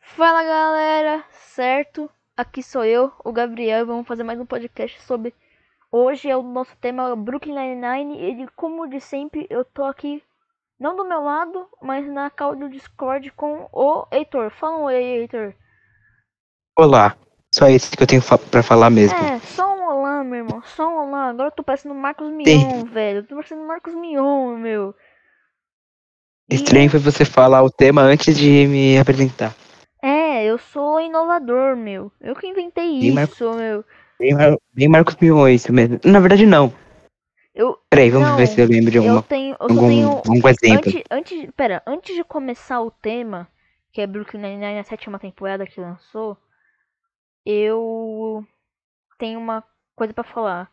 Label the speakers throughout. Speaker 1: Fala galera, certo? Aqui sou eu, o Gabriel, e vamos fazer mais um podcast sobre. Hoje é o nosso tema é Brooklyn Nine-Nine. E de- como de sempre, eu tô aqui, não do meu lado, mas na call do Discord com o Heitor. Fala um oi aí, Heitor.
Speaker 2: Olá, só isso que eu tenho fa pra falar mesmo.
Speaker 1: É, só um olá, meu irmão, só um olá. Agora eu tô parecendo o Marcos Mion,
Speaker 2: Sim.
Speaker 1: velho. Eu tô parecendo o Marcos Mion, meu. E-
Speaker 2: Estranho foi você falar o tema antes de me apresentar.
Speaker 1: É, eu sou inovador, meu. Eu que inventei
Speaker 2: Sim, Marcos.
Speaker 1: isso, meu.
Speaker 2: Bem, Mar- bem Marcos Mion isso mesmo. Na verdade, não.
Speaker 1: Eu-
Speaker 2: Peraí, vamos
Speaker 1: Não,
Speaker 2: ver se eu lembro de
Speaker 1: Eu
Speaker 2: uma,
Speaker 1: tenho, eu só
Speaker 2: algum,
Speaker 1: tenho
Speaker 2: algum exemplo.
Speaker 1: Antes, antes, pera, antes de começar o tema, que é Brooklyn Nine-Nine, a sétima temporada que lançou, eu tenho uma coisa pra falar.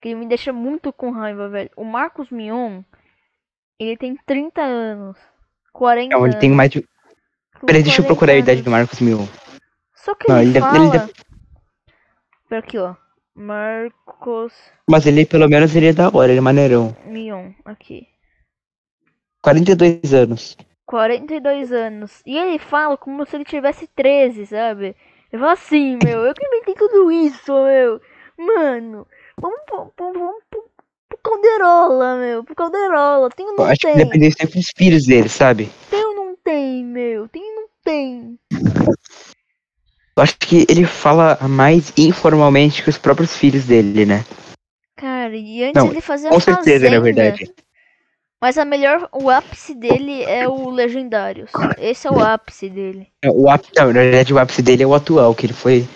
Speaker 1: Que me deixa muito com raiva, velho. O Marcos Mion, ele tem 30 anos. 40
Speaker 2: Não, ele É tem mais
Speaker 1: um
Speaker 2: de...
Speaker 1: anos,
Speaker 2: Peraí, deixa eu
Speaker 1: 40
Speaker 2: procurar a idade
Speaker 1: anos.
Speaker 2: do Marcos Mion.
Speaker 1: Só que
Speaker 2: Não,
Speaker 1: ele,
Speaker 2: ele deve-
Speaker 1: fala...
Speaker 2: ele deve-
Speaker 1: Pera aqui, ó. Marcos
Speaker 2: Mas ele, pelo menos, ele é da hora, ele é maneirão.
Speaker 1: Mion, aqui.
Speaker 2: 42 anos.
Speaker 1: 42 anos. E ele fala como se ele tivesse 13, sabe? Eu falo assim, meu, eu que inventei tudo isso, meu. Mano, vamos pro, pro, vamos pro, pro Calderola, meu. Pro Calderola. Tem ou
Speaker 2: Eu
Speaker 1: não
Speaker 2: acho que
Speaker 1: tem?
Speaker 2: depende sempre dos filhos dele, sabe?
Speaker 1: Tem ou não tem, meu? Tem ou não tem?
Speaker 2: Eu acho que ele fala mais informalmente que os próprios filhos dele, né?
Speaker 1: Cara, e antes
Speaker 2: Não,
Speaker 1: ele fazia
Speaker 2: Com
Speaker 1: a fazenda.
Speaker 2: certeza, na verdade.
Speaker 1: Mas a melhor, o ápice dele é o Legendários. Esse é o ápice dele.
Speaker 2: O ápice, não, na verdade, o ápice dele é o atual, que ele foi...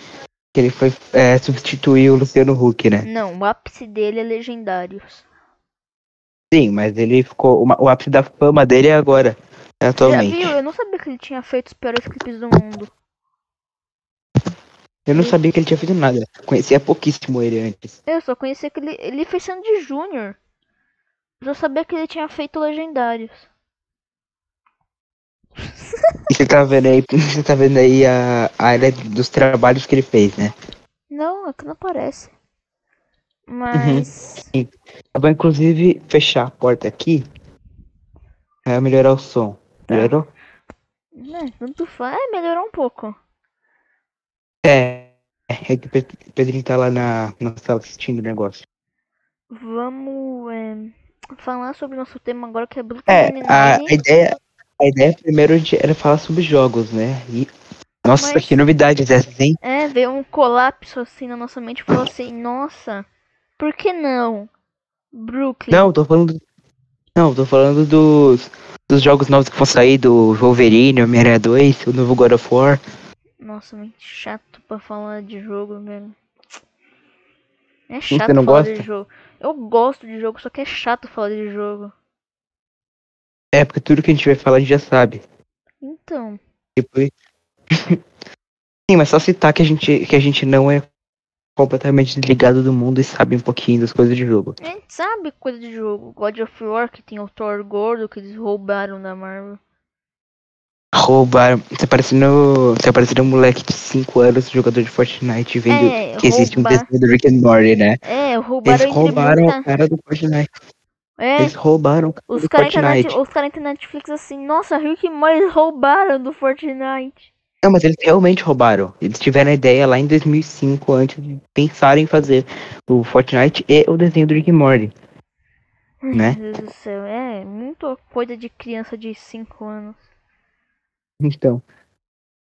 Speaker 2: Que ele foi é, substituir o Luciano Huck, né?
Speaker 1: Não, o ápice dele é Legendários.
Speaker 2: Sim, mas ele ficou. uma- o ápice da fama dele é agora. é
Speaker 1: Já
Speaker 2: Atualmente.
Speaker 1: viu? Eu não sabia que ele tinha feito os piores clipes do mundo.
Speaker 2: Eu não sabia que ele tinha feito nada. Conhecia pouquíssimo ele antes.
Speaker 1: Eu só conhecia que ele, ele fez Sandy Júnior. Eu só sabia que ele tinha feito Legendários.
Speaker 2: E você tá vendo aí, você tá vendo aí a, a área dos trabalhos que ele fez, né?
Speaker 1: Não, é que não aparece. Mas.
Speaker 2: Eu vou Tá inclusive fechar a porta aqui. Pra melhorar o som.
Speaker 1: Tá.
Speaker 2: Melhorou? Uhum.
Speaker 1: Né, tanto faz. É, melhorou um pouco.
Speaker 2: É. É que o Ped- Pedrinho tá lá na, na sala assistindo o negócio.
Speaker 1: Vamos é, falar sobre o nosso tema agora que é Brooklyn
Speaker 2: É, a, a
Speaker 1: Nine-Nine.
Speaker 2: ideia. A ideia primeiro de- era falar sobre jogos, né? E. Nossa,
Speaker 1: Mas-
Speaker 2: que novidades essas, hein?
Speaker 1: É, veio um colapso assim na nossa mente e falou assim: nossa, por que não? Brooklyn.
Speaker 2: Não, tô falando. Não, tô falando dos, dos jogos novos que vão sair do Wolverine, Homem-Aranha 2, o novo God of War.
Speaker 1: Nossa, muito chato pra falar de jogo, velho. É
Speaker 2: Você
Speaker 1: chato
Speaker 2: não
Speaker 1: falar
Speaker 2: gosta?
Speaker 1: de jogo. Eu gosto de jogo, só que é chato falar de jogo.
Speaker 2: É, porque tudo que a gente vai falar a gente já sabe.
Speaker 1: Então,
Speaker 2: Tipo. Sim, mas só citar que a gente, que a gente não é completamente desligado do mundo e sabe um pouquinho das coisas de jogo.
Speaker 1: a gente sabe coisa de jogo. God of War, que tem o Thor gordo, que eles roubaram da Marvel.
Speaker 2: Roubaram. Você tá parecendo. Você parecendo um moleque de 5 anos, jogador de Fortnite, vendo
Speaker 1: É,
Speaker 2: que existe um
Speaker 1: roubar.
Speaker 2: desenho do Rick and Morty, né?
Speaker 1: É, roubaram
Speaker 2: Eles
Speaker 1: entre
Speaker 2: roubaram o
Speaker 1: muita...
Speaker 2: cara do Fortnite.
Speaker 1: É,
Speaker 2: Eles roubaram o cara
Speaker 1: os
Speaker 2: do
Speaker 1: caras entram na
Speaker 2: Fortnite.
Speaker 1: Net- os cara entram na Netflix assim, nossa, Rick e Morty roubaram do Fortnite.
Speaker 2: Não, mas eles realmente roubaram. Eles tiveram a ideia lá em 2005, antes de pensarem em fazer o Fortnite e o desenho do Rick and Morty. Né?
Speaker 1: Meu Deus do céu, é, muita coisa de criança de 5 anos.
Speaker 2: Então,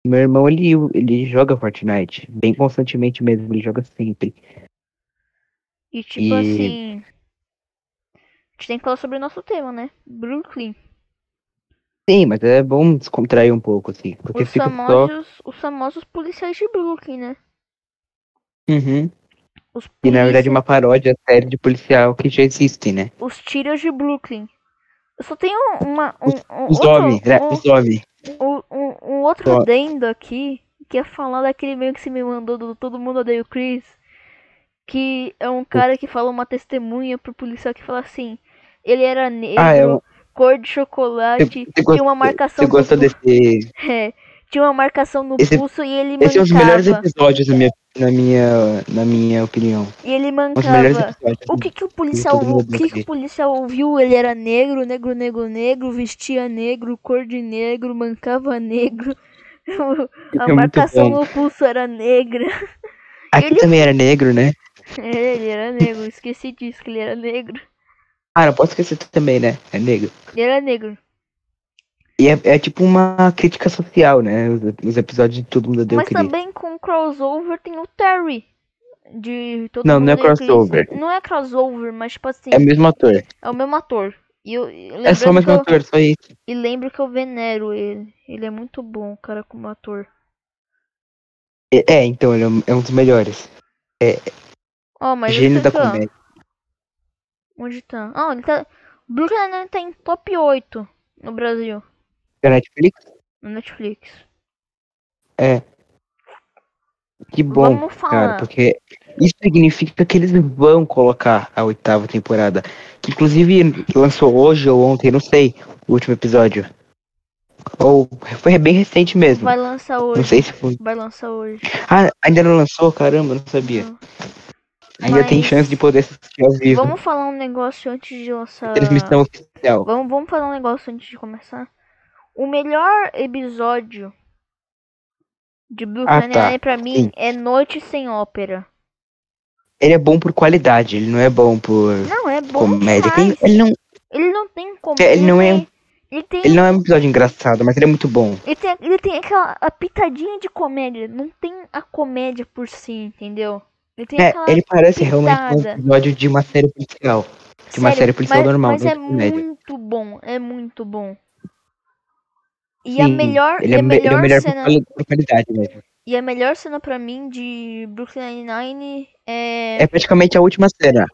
Speaker 2: meu irmão, ele, ele joga Fortnite bem constantemente mesmo, ele joga sempre.
Speaker 1: E tipo
Speaker 2: E-
Speaker 1: assim. A gente tem que falar sobre o nosso tema, né? Brooklyn.
Speaker 2: Sim, mas é bom descontrair um pouco, assim, porque
Speaker 1: Os
Speaker 2: fica só...
Speaker 1: famosos, os famosos policiais de Brooklyn, né?
Speaker 2: Uhum.
Speaker 1: Os
Speaker 2: E na verdade
Speaker 1: polícia-
Speaker 2: uma paródia à série de policial que já existe, né?
Speaker 1: os tiros de Brooklyn. Eu só tenho uma, um, um,
Speaker 2: Os
Speaker 1: outro,
Speaker 2: homens, né? Os homens.
Speaker 1: um, um- um outro
Speaker 2: Ó.
Speaker 1: adendo aqui, que é falar daquele meio que você me mandou do Todo Mundo Odeia o Chris, que é um cara que fala uma testemunha pro policial que fala assim, ele era negro,
Speaker 2: Ah, é um...
Speaker 1: cor de chocolate,
Speaker 2: Você
Speaker 1: tinha uma
Speaker 2: gosta-
Speaker 1: marcação
Speaker 2: você
Speaker 1: do-
Speaker 2: gostou desse...
Speaker 1: É, tinha uma marcação no
Speaker 2: Esse-
Speaker 1: pulso e ele
Speaker 2: Esse é um dos melhores
Speaker 1: mancava.
Speaker 2: episódios na minha, na minha, na minha opinião.
Speaker 1: E ele
Speaker 2: Um dos melhores
Speaker 1: mancava.
Speaker 2: episódios.
Speaker 1: O que que o policial,
Speaker 2: todo mundo
Speaker 1: o que que
Speaker 2: aqui.
Speaker 1: o policial viu? Ele era negro, negro, negro, negro, vestia negro, cor de negro, mancava negro.
Speaker 2: Isso
Speaker 1: A
Speaker 2: é muito
Speaker 1: marcação
Speaker 2: bom.
Speaker 1: no pulso era negra.
Speaker 2: Aqui
Speaker 1: ele-
Speaker 2: também era negro, né?
Speaker 1: É, Ele era negro, esqueci disso que ele era negro.
Speaker 2: Ah, não posso esquecer também, né? É negro.
Speaker 1: Ele era negro.
Speaker 2: E é, é tipo uma crítica social, né? Os, os episódios de Todo Mundo Deu
Speaker 1: Mas tá
Speaker 2: Cris.
Speaker 1: também com crossover tem o Terry. De todo
Speaker 2: Não, não é
Speaker 1: Mundo Odeia Chris.
Speaker 2: crossover.
Speaker 1: Não é crossover, mas tipo assim,
Speaker 2: É o mesmo ator.
Speaker 1: é o mesmo ator. E eu, e
Speaker 2: É só
Speaker 1: lembrando que
Speaker 2: o mesmo
Speaker 1: eu-
Speaker 2: ator, só isso.
Speaker 1: E lembro que eu venero ele. Ele é muito bom, cara, como ator.
Speaker 2: É, é, então, ele é um- é um dos melhores.
Speaker 1: Ó, mas ele
Speaker 2: Gênio
Speaker 1: tá
Speaker 2: da
Speaker 1: aqui, ó.
Speaker 2: comédia.
Speaker 1: Onde tá? Ah, ele tá. Brooklyn Nine-Nine tá em top 8 no Brasil,
Speaker 2: Da Netflix.
Speaker 1: no Netflix.
Speaker 2: Que bom,
Speaker 1: Vamos
Speaker 2: cara,
Speaker 1: falar.
Speaker 2: porque isso significa que eles vão colocar a oitava temporada. Que, Inclusive, lançou hoje ou ontem, não sei, o último episódio. Ou foi bem recente mesmo.
Speaker 1: Vai lançar
Speaker 2: Não
Speaker 1: hoje.
Speaker 2: sei se foi.
Speaker 1: Vai lançar hoje.
Speaker 2: Ah, ainda não lançou? Caramba, não sabia.
Speaker 1: Não.
Speaker 2: Ainda tem
Speaker 1: Mas-
Speaker 2: chance de poder assistir ao vivo.
Speaker 1: Vamos falar um negócio antes de lançar.
Speaker 2: Transmissão oficial.
Speaker 1: Vamos, vamos falar um negócio antes de começar. O melhor episódio de Brooklyn
Speaker 2: Ah, tá.
Speaker 1: Nine-Nine pra mim
Speaker 2: Sim.
Speaker 1: é Noite Sem Ópera.
Speaker 2: Ele é bom por qualidade, ele não é bom por
Speaker 1: Não, é bom
Speaker 2: comédia. Ele,
Speaker 1: demais.
Speaker 2: ele não,
Speaker 1: Ele não tem como.
Speaker 2: É, ele não é-
Speaker 1: tem- Ele tem,
Speaker 2: ele não é um episódio engraçado, mas ele é muito bom.
Speaker 1: ele tem, ele tem aquela a pitadinha de comédia. Não tem a comédia por si, entendeu? Ele tem
Speaker 2: É,
Speaker 1: aquela
Speaker 2: ele parece realmente um
Speaker 1: pitada.
Speaker 2: episódio de uma série policial. de uma série policial
Speaker 1: mas,
Speaker 2: normal,
Speaker 1: Mas
Speaker 2: não
Speaker 1: é
Speaker 2: de comédia.
Speaker 1: muito bom, é muito bom. E a
Speaker 2: Sim,
Speaker 1: melhor,
Speaker 2: Ele
Speaker 1: e
Speaker 2: é,
Speaker 1: a
Speaker 2: me- ele é
Speaker 1: melhor,
Speaker 2: melhor por
Speaker 1: cena,
Speaker 2: quali- por qualidade mesmo.
Speaker 1: e a melhor cena pra mim de Brooklyn Nine-Nine é,
Speaker 2: É praticamente a última cena.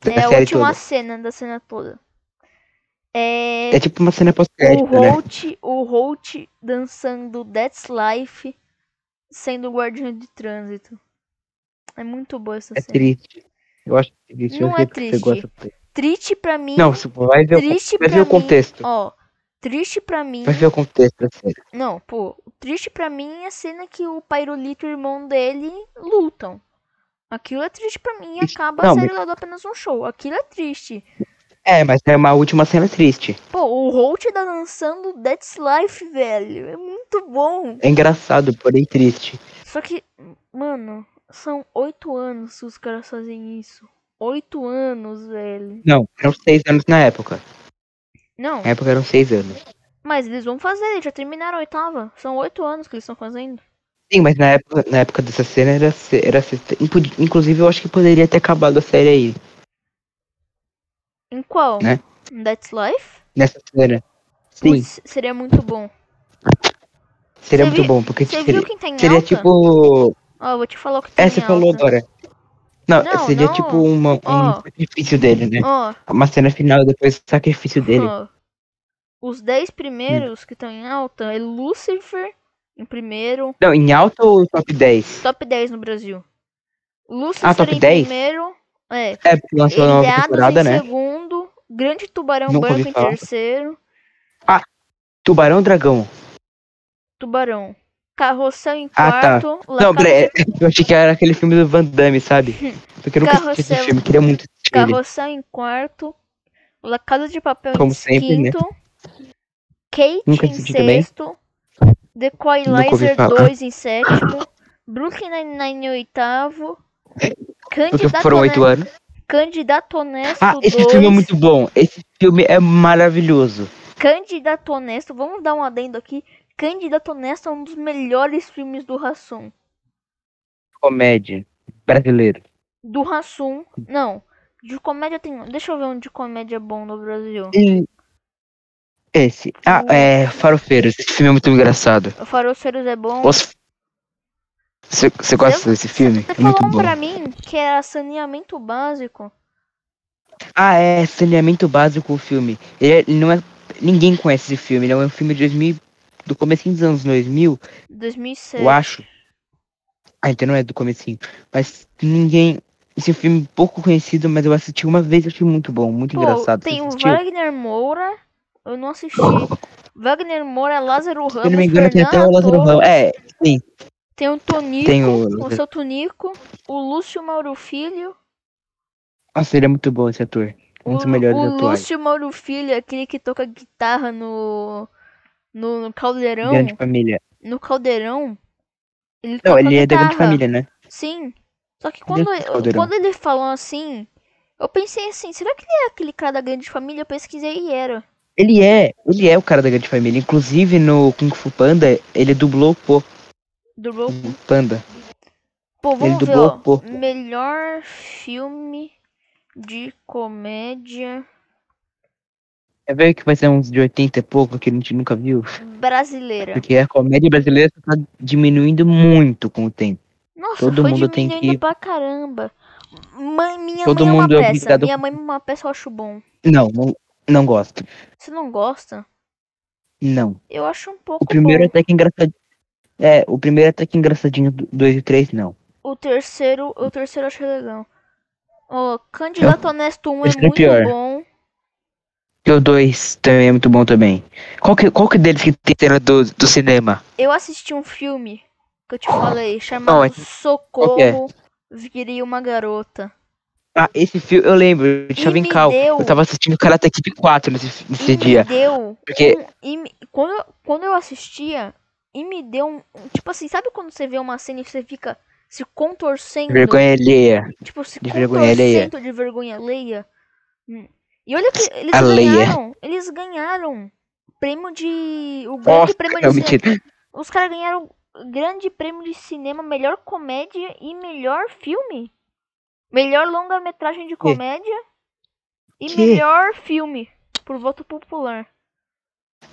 Speaker 2: Da
Speaker 1: é a
Speaker 2: série
Speaker 1: última
Speaker 2: toda.
Speaker 1: cena da cena toda. É,
Speaker 2: É tipo uma cena
Speaker 1: o
Speaker 2: pós-crédito, né?
Speaker 1: Holt, o Holt dançando That's Life, sendo guardião de trânsito. É muito boa essa
Speaker 2: É
Speaker 1: cena.
Speaker 2: triste. Eu acho triste.
Speaker 1: Não
Speaker 2: eu sei
Speaker 1: é
Speaker 2: que
Speaker 1: triste.
Speaker 2: Você gosta dele.
Speaker 1: Triste pra mim.
Speaker 2: Não, su- vai ver, o-
Speaker 1: triste pra
Speaker 2: vai ver o
Speaker 1: mim.
Speaker 2: contexto.
Speaker 1: Ó, triste pra mim.
Speaker 2: Vai ver o contexto da série.
Speaker 1: Não, pô, o triste pra mim é a cena que o Pairolito e o irmão dele lutam. Aquilo é triste pra mim e
Speaker 2: Isso-
Speaker 1: acaba
Speaker 2: não,
Speaker 1: a série dando apenas um show. Aquilo é triste.
Speaker 2: É, mas é uma última cena triste.
Speaker 1: Pô, o Holt tá dançando That's Life, velho. É muito bom.
Speaker 2: É engraçado, porém triste.
Speaker 1: Só que, mano, são oito anos que os caras fazem isso. Oito anos, velho.
Speaker 2: Não, eram seis anos na época.
Speaker 1: Não,
Speaker 2: Na época eram seis anos.
Speaker 1: mas eles vão fazer, eles já terminaram a oitava. São oito anos que eles estão fazendo.
Speaker 2: Sim, mas na época, na época dessa cena era, se- era sexta- impu- Inclusive, eu acho que poderia ter acabado a série aí.
Speaker 1: Em qual?
Speaker 2: Né?
Speaker 1: Em That's Life?
Speaker 2: Nessa cena. Sim,
Speaker 1: Putz, seria muito bom.
Speaker 2: seria
Speaker 1: cê
Speaker 2: muito
Speaker 1: vi-
Speaker 2: bom, porque
Speaker 1: Você
Speaker 2: seria,
Speaker 1: viu quem tá em
Speaker 2: seria
Speaker 1: alta?
Speaker 2: tipo.
Speaker 1: Ó, vou te falar o que tem
Speaker 2: É,
Speaker 1: em
Speaker 2: você falou
Speaker 1: alta.
Speaker 2: agora. Não,
Speaker 1: Não,
Speaker 2: seria
Speaker 1: não.
Speaker 2: tipo uma, um
Speaker 1: Ó.
Speaker 2: sacrifício dele, né?
Speaker 1: Ó,
Speaker 2: Uma cena final depois do sacrifício dele. Hum.
Speaker 1: ó. Os dez primeiros que estão em alta é Lucifer em primeiro,
Speaker 2: Não, em alta ou top 10?
Speaker 1: top 10 no Brasil. Lucifer
Speaker 2: Ah, top
Speaker 1: em
Speaker 2: 10?
Speaker 1: primeiro, é,
Speaker 2: É, porque lançou a nova
Speaker 1: Ilhados
Speaker 2: temporada,
Speaker 1: em
Speaker 2: né?
Speaker 1: segundo, Grande Tubarão
Speaker 2: Nunca
Speaker 1: Branco
Speaker 2: ouvi
Speaker 1: em
Speaker 2: falar.
Speaker 1: terceiro,
Speaker 2: Tubarão Dragão.
Speaker 1: Tubarão. Carrossel em
Speaker 2: Ah, tá.
Speaker 1: quarto, La
Speaker 2: Não,
Speaker 1: Casa-
Speaker 2: peraí, eu achei que era aquele filme do Van Damme, sabe? Porque eu nunca assisti esse
Speaker 1: Carrossel.
Speaker 2: filme, queria muito assistir ele.
Speaker 1: Carrossel em quarto, La Casa de Papel
Speaker 2: Como
Speaker 1: em
Speaker 2: sempre, né?
Speaker 1: quinto, Kate
Speaker 2: Nunca
Speaker 1: em
Speaker 2: assisti também.
Speaker 1: sexto, The
Speaker 2: Nunca ouvi
Speaker 1: Coilizer
Speaker 2: falar.
Speaker 1: 2 em sétimo, Brooklyn Nine-Nine em oitavo,
Speaker 2: Porque
Speaker 1: Candidato,
Speaker 2: foram
Speaker 1: Hone-
Speaker 2: oito anos.
Speaker 1: Candidato Honesto
Speaker 2: Ah, esse
Speaker 1: 2,
Speaker 2: filme é muito bom. Esse filme é maravilhoso.
Speaker 1: Candidato Honesto, vamos dar um adendo aqui, Candidato Honesto é um dos melhores filmes do Rassum.
Speaker 2: Comédia. Brasileiro.
Speaker 1: Do Rassum. Não. De comédia tem. Deixa eu ver um de comédia bom no Brasil.
Speaker 2: E Esse. Ah,
Speaker 1: Hum.
Speaker 2: é. Farofeiros. Esse filme é muito engraçado.
Speaker 1: O Farofeiros é bom.
Speaker 2: Os- Você você gosta desse filme?
Speaker 1: Você
Speaker 2: É muito
Speaker 1: falou um
Speaker 2: bom.
Speaker 1: pra mim que era saneamento básico.
Speaker 2: Ah, é. Saneamento básico o filme. Ele, é- ele não é. Ninguém conhece esse filme. Ele é um filme de 2000. Do comecinho dos anos 2000,
Speaker 1: 2007.
Speaker 2: eu acho. Ah, então não é do comecinho. Mas ninguém. Esse filme é pouco conhecido, mas eu assisti uma vez e achei muito bom, muito
Speaker 1: Pô,
Speaker 2: engraçado. Você
Speaker 1: tem o
Speaker 2: assistiu?
Speaker 1: Wagner Moura. Eu não assisti. Wagner Moura, Lázaro
Speaker 2: Se
Speaker 1: Ramos,
Speaker 2: eu não me engano, tem até o
Speaker 1: Fernando
Speaker 2: Lázaro
Speaker 1: Torres,
Speaker 2: Ramos. É, sim.
Speaker 1: Tem o Tonico,
Speaker 2: Tem o-
Speaker 1: o seu Tonico, o Lúcio Mauro Filho,
Speaker 2: Nossa, ele é muito bom esse ator. Um dos
Speaker 1: O-
Speaker 2: melhores
Speaker 1: o
Speaker 2: atuais.
Speaker 1: Lúcio Mauro Filho, é aquele que toca guitarra no. No, no Caldeirão.
Speaker 2: Grande família.
Speaker 1: No Caldeirão. Ele
Speaker 2: Não,
Speaker 1: toca
Speaker 2: ele é da grande
Speaker 1: guitarra.
Speaker 2: família, né?
Speaker 1: Sim. Só que
Speaker 2: Dentro
Speaker 1: quando,
Speaker 2: do Caldeirão.
Speaker 1: quando ele falou assim, eu pensei assim, será que ele é aquele cara da grande família? Eu pesquisei e era.
Speaker 2: Ele é, ele é o cara da grande família. Inclusive no Kung Fu Panda, ele dublou o Po
Speaker 1: Dublou.
Speaker 2: o Panda.
Speaker 1: Pô,
Speaker 2: é
Speaker 1: vamos ver,
Speaker 2: dublou
Speaker 1: ó.
Speaker 2: pouco.
Speaker 1: Melhor filme de comédia
Speaker 2: Quer ver que vai ser uns de 80 e pouco que a gente nunca viu?
Speaker 1: brasileira.
Speaker 2: Porque a comédia brasileira tá diminuindo muito com o tempo.
Speaker 1: Nossa,
Speaker 2: Todo
Speaker 1: foi
Speaker 2: mundo tem
Speaker 1: diminuindo
Speaker 2: que-
Speaker 1: pra caramba. Mãe, minha
Speaker 2: Todo
Speaker 1: mãe
Speaker 2: mundo
Speaker 1: é
Speaker 2: é
Speaker 1: uma peça.
Speaker 2: obrigado-
Speaker 1: Minha mãe é uma peça, eu acho bom.
Speaker 2: Não, não, não gosto.
Speaker 1: Você não gosta?
Speaker 2: Não.
Speaker 1: Eu acho um pouco
Speaker 2: O primeiro é
Speaker 1: bom.
Speaker 2: até que engraçadinho. É, o primeiro até que engraçadinho, do- dois e três, não.
Speaker 1: O terceiro, o terceiro eu achei legal. Ó, Candidato Honesto 1 é
Speaker 2: Esse é
Speaker 1: muito
Speaker 2: pior.
Speaker 1: bom.
Speaker 2: E o dois também é muito bom também. Qual que, qual que deles que tem cena do, do cinema?
Speaker 1: Eu assisti um filme que eu te falei, chamado
Speaker 2: Não, é- qual que é?
Speaker 1: Socorro Viria uma Garota.
Speaker 2: Ah, esse filme, eu lembro, eu estava
Speaker 1: E
Speaker 2: em
Speaker 1: me
Speaker 2: cal.
Speaker 1: deu-
Speaker 2: Eu tava assistindo Karate Kid 4 nesse, nesse
Speaker 1: E me
Speaker 2: dia.
Speaker 1: deu.
Speaker 2: Porque-
Speaker 1: um- e me- quando, eu- quando eu assistia, e me deu um. um- Tipo assim, sabe quando você vê uma cena e você fica se contorcendo?
Speaker 2: Vergonha alheia.
Speaker 1: Tipo, se
Speaker 2: De vergonha alheia.
Speaker 1: 100% de vergonha alheia. Hum. E olha que eles
Speaker 2: Alheia.
Speaker 1: ganharam. Eles ganharam prêmio de. O grande prêmio de
Speaker 2: não,
Speaker 1: cinema.
Speaker 2: mentira.
Speaker 1: Os caras ganharam grande prêmio de cinema, melhor comédia e melhor filme. Melhor longa-metragem de comédia e
Speaker 2: Que?
Speaker 1: melhor filme. Por voto popular.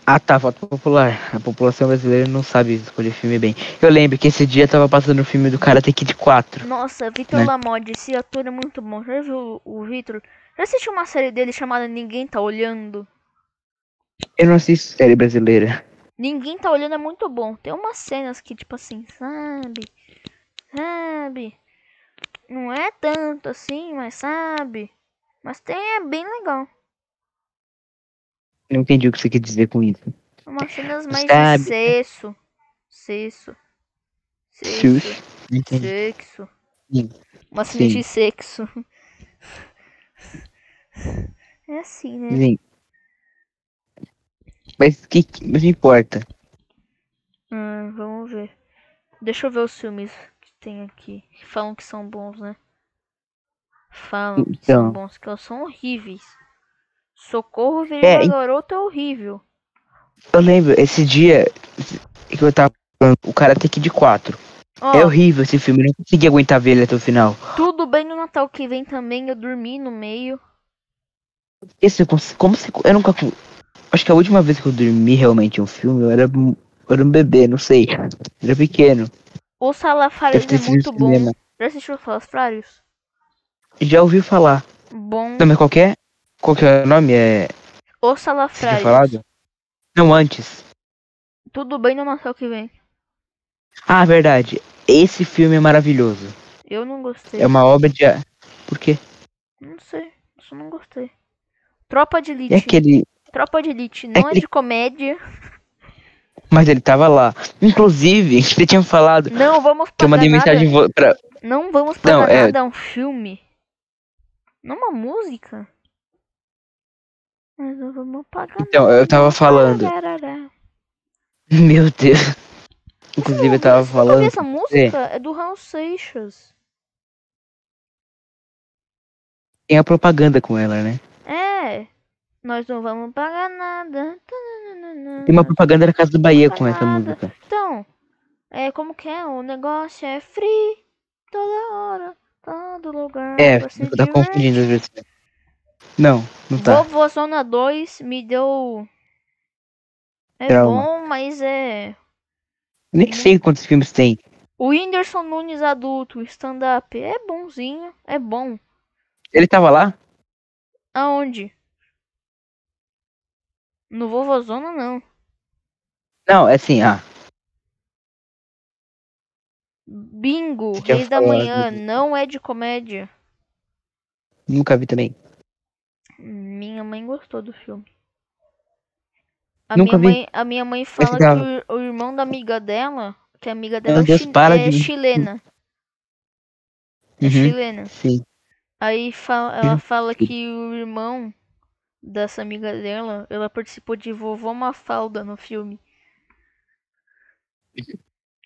Speaker 2: Ah tá, voto popular. A população brasileira não sabe escolher filme bem. Eu lembro que esse dia tava passando o filme do Karate Kid 4.
Speaker 1: Nossa, Vitor
Speaker 2: Né?
Speaker 1: Lamotte, esse ator é muito bom. Já viu o o Vitor? Já assistiu uma série dele chamada Ninguém Tá Olhando?
Speaker 2: Eu não assisto série brasileira.
Speaker 1: Ninguém tá olhando é muito bom. Tem umas cenas que, tipo assim, sabe? Sabe? Não é tanto assim, mas sabe? Mas tem, é bem legal.
Speaker 2: Não entendi o que você quer dizer com isso.
Speaker 1: Umas cenas mais
Speaker 2: Sabe? né?
Speaker 1: de sexo. Sexo. Sexo.
Speaker 2: Sus. Não entendi.
Speaker 1: Sexo.
Speaker 2: Sim.
Speaker 1: Umas cenas
Speaker 2: Sim.
Speaker 1: de sexo. É assim, né?
Speaker 2: Sim. Mas que, que mas não importa.
Speaker 1: Ah, vamos ver. Deixa eu ver os filmes que tem aqui. Que falam que são bons, né? Falam que são
Speaker 2: Então.
Speaker 1: bons, que elas são horríveis. Socorro
Speaker 2: É,
Speaker 1: Virilha
Speaker 2: e-
Speaker 1: Garota é horrível.
Speaker 2: Eu lembro, esse dia que eu tava falando, o Karate Kid 4.
Speaker 1: Ó,
Speaker 2: É horrível esse filme, eu não consegui aguentar ver ele até o final.
Speaker 1: tudo bem no Natal que vem também, eu dormi no meio.
Speaker 2: Esse, eu cons- como se, eu nunca. co- Acho que a última vez que eu dormi realmente um filme, eu era, um- eu era um bebê, não sei. Eu era pequeno.
Speaker 1: O Salafrários
Speaker 2: Deve ter
Speaker 1: é
Speaker 2: sido
Speaker 1: muito
Speaker 2: no
Speaker 1: bom.
Speaker 2: cinema.
Speaker 1: Já assistiu o Salafrários?
Speaker 2: Já ouvi falar.
Speaker 1: Bom,
Speaker 2: Não, mas qual que é? Qual que é o nome? É.
Speaker 1: o
Speaker 2: Você tinha
Speaker 1: Salafrários.
Speaker 2: falado? Não, antes.
Speaker 1: Tudo bem no Natal que vem.
Speaker 2: Ah, verdade. Esse filme é maravilhoso.
Speaker 1: Eu não gostei.
Speaker 2: É uma obra de. a- Por quê?
Speaker 1: Não sei, só não gostei. Tropa de Elite.
Speaker 2: É aquele.
Speaker 1: Tropa de Elite não é
Speaker 2: aquele-
Speaker 1: de comédia.
Speaker 2: Mas ele tava lá. Inclusive, você tinha falado
Speaker 1: Não vamos
Speaker 2: que
Speaker 1: pagar
Speaker 2: eu mandei mensagem
Speaker 1: nada.
Speaker 2: vo- pra.
Speaker 1: Não vamos
Speaker 2: Não,
Speaker 1: pagar
Speaker 2: é-
Speaker 1: nada a um filme. Não uma música. Mas não vamos pagar
Speaker 2: Então, eu tava falando.
Speaker 1: nada. Arará.
Speaker 2: Meu Deus. Inclusive, eu tava
Speaker 1: Você nunca viu
Speaker 2: falando.
Speaker 1: essa música? É do Raul Seixas.
Speaker 2: Tem a propaganda com ela, né?
Speaker 1: É. Nós não vamos pagar nada. Tananana.
Speaker 2: Tem uma propaganda na Casa do Bahia com essa
Speaker 1: Propaganda.
Speaker 2: música.
Speaker 1: Então, é como que é? O negócio é free toda hora, todo lugar.
Speaker 2: É,
Speaker 1: pra se
Speaker 2: você tá
Speaker 1: divertir.
Speaker 2: confundindo às vezes. Não, não tá.
Speaker 1: Vovô Zona 2 me deu. É
Speaker 2: Trauma.
Speaker 1: bom, mas é.
Speaker 2: Nem sei quantos filmes tem.
Speaker 1: O Whindersson Nunes adulto, stand-up, é bonzinho, é bom.
Speaker 2: Ele tava lá?
Speaker 1: Aonde? No Vovozona não.
Speaker 2: Não, é assim, ah.
Speaker 1: Bingo,
Speaker 2: Que eu
Speaker 1: Reis da
Speaker 2: falo,
Speaker 1: Manhã,
Speaker 2: né?
Speaker 1: não é de comédia.
Speaker 2: Nunca vi também.
Speaker 1: Minha mãe gostou do filme. A
Speaker 2: Nunca
Speaker 1: minha
Speaker 2: vi.
Speaker 1: mãe, a minha mãe fala que
Speaker 2: dava.
Speaker 1: o, o irmão da amiga dela, que a amiga dela
Speaker 2: Meu Deus,
Speaker 1: chi-
Speaker 2: para
Speaker 1: é
Speaker 2: de-
Speaker 1: chilena, é
Speaker 2: Uhum,
Speaker 1: chilena.
Speaker 2: sim.
Speaker 1: Aí fa- ela
Speaker 2: Uhum.
Speaker 1: fala que o irmão dessa amiga dela, ela participou de Vovó Mafalda no filme.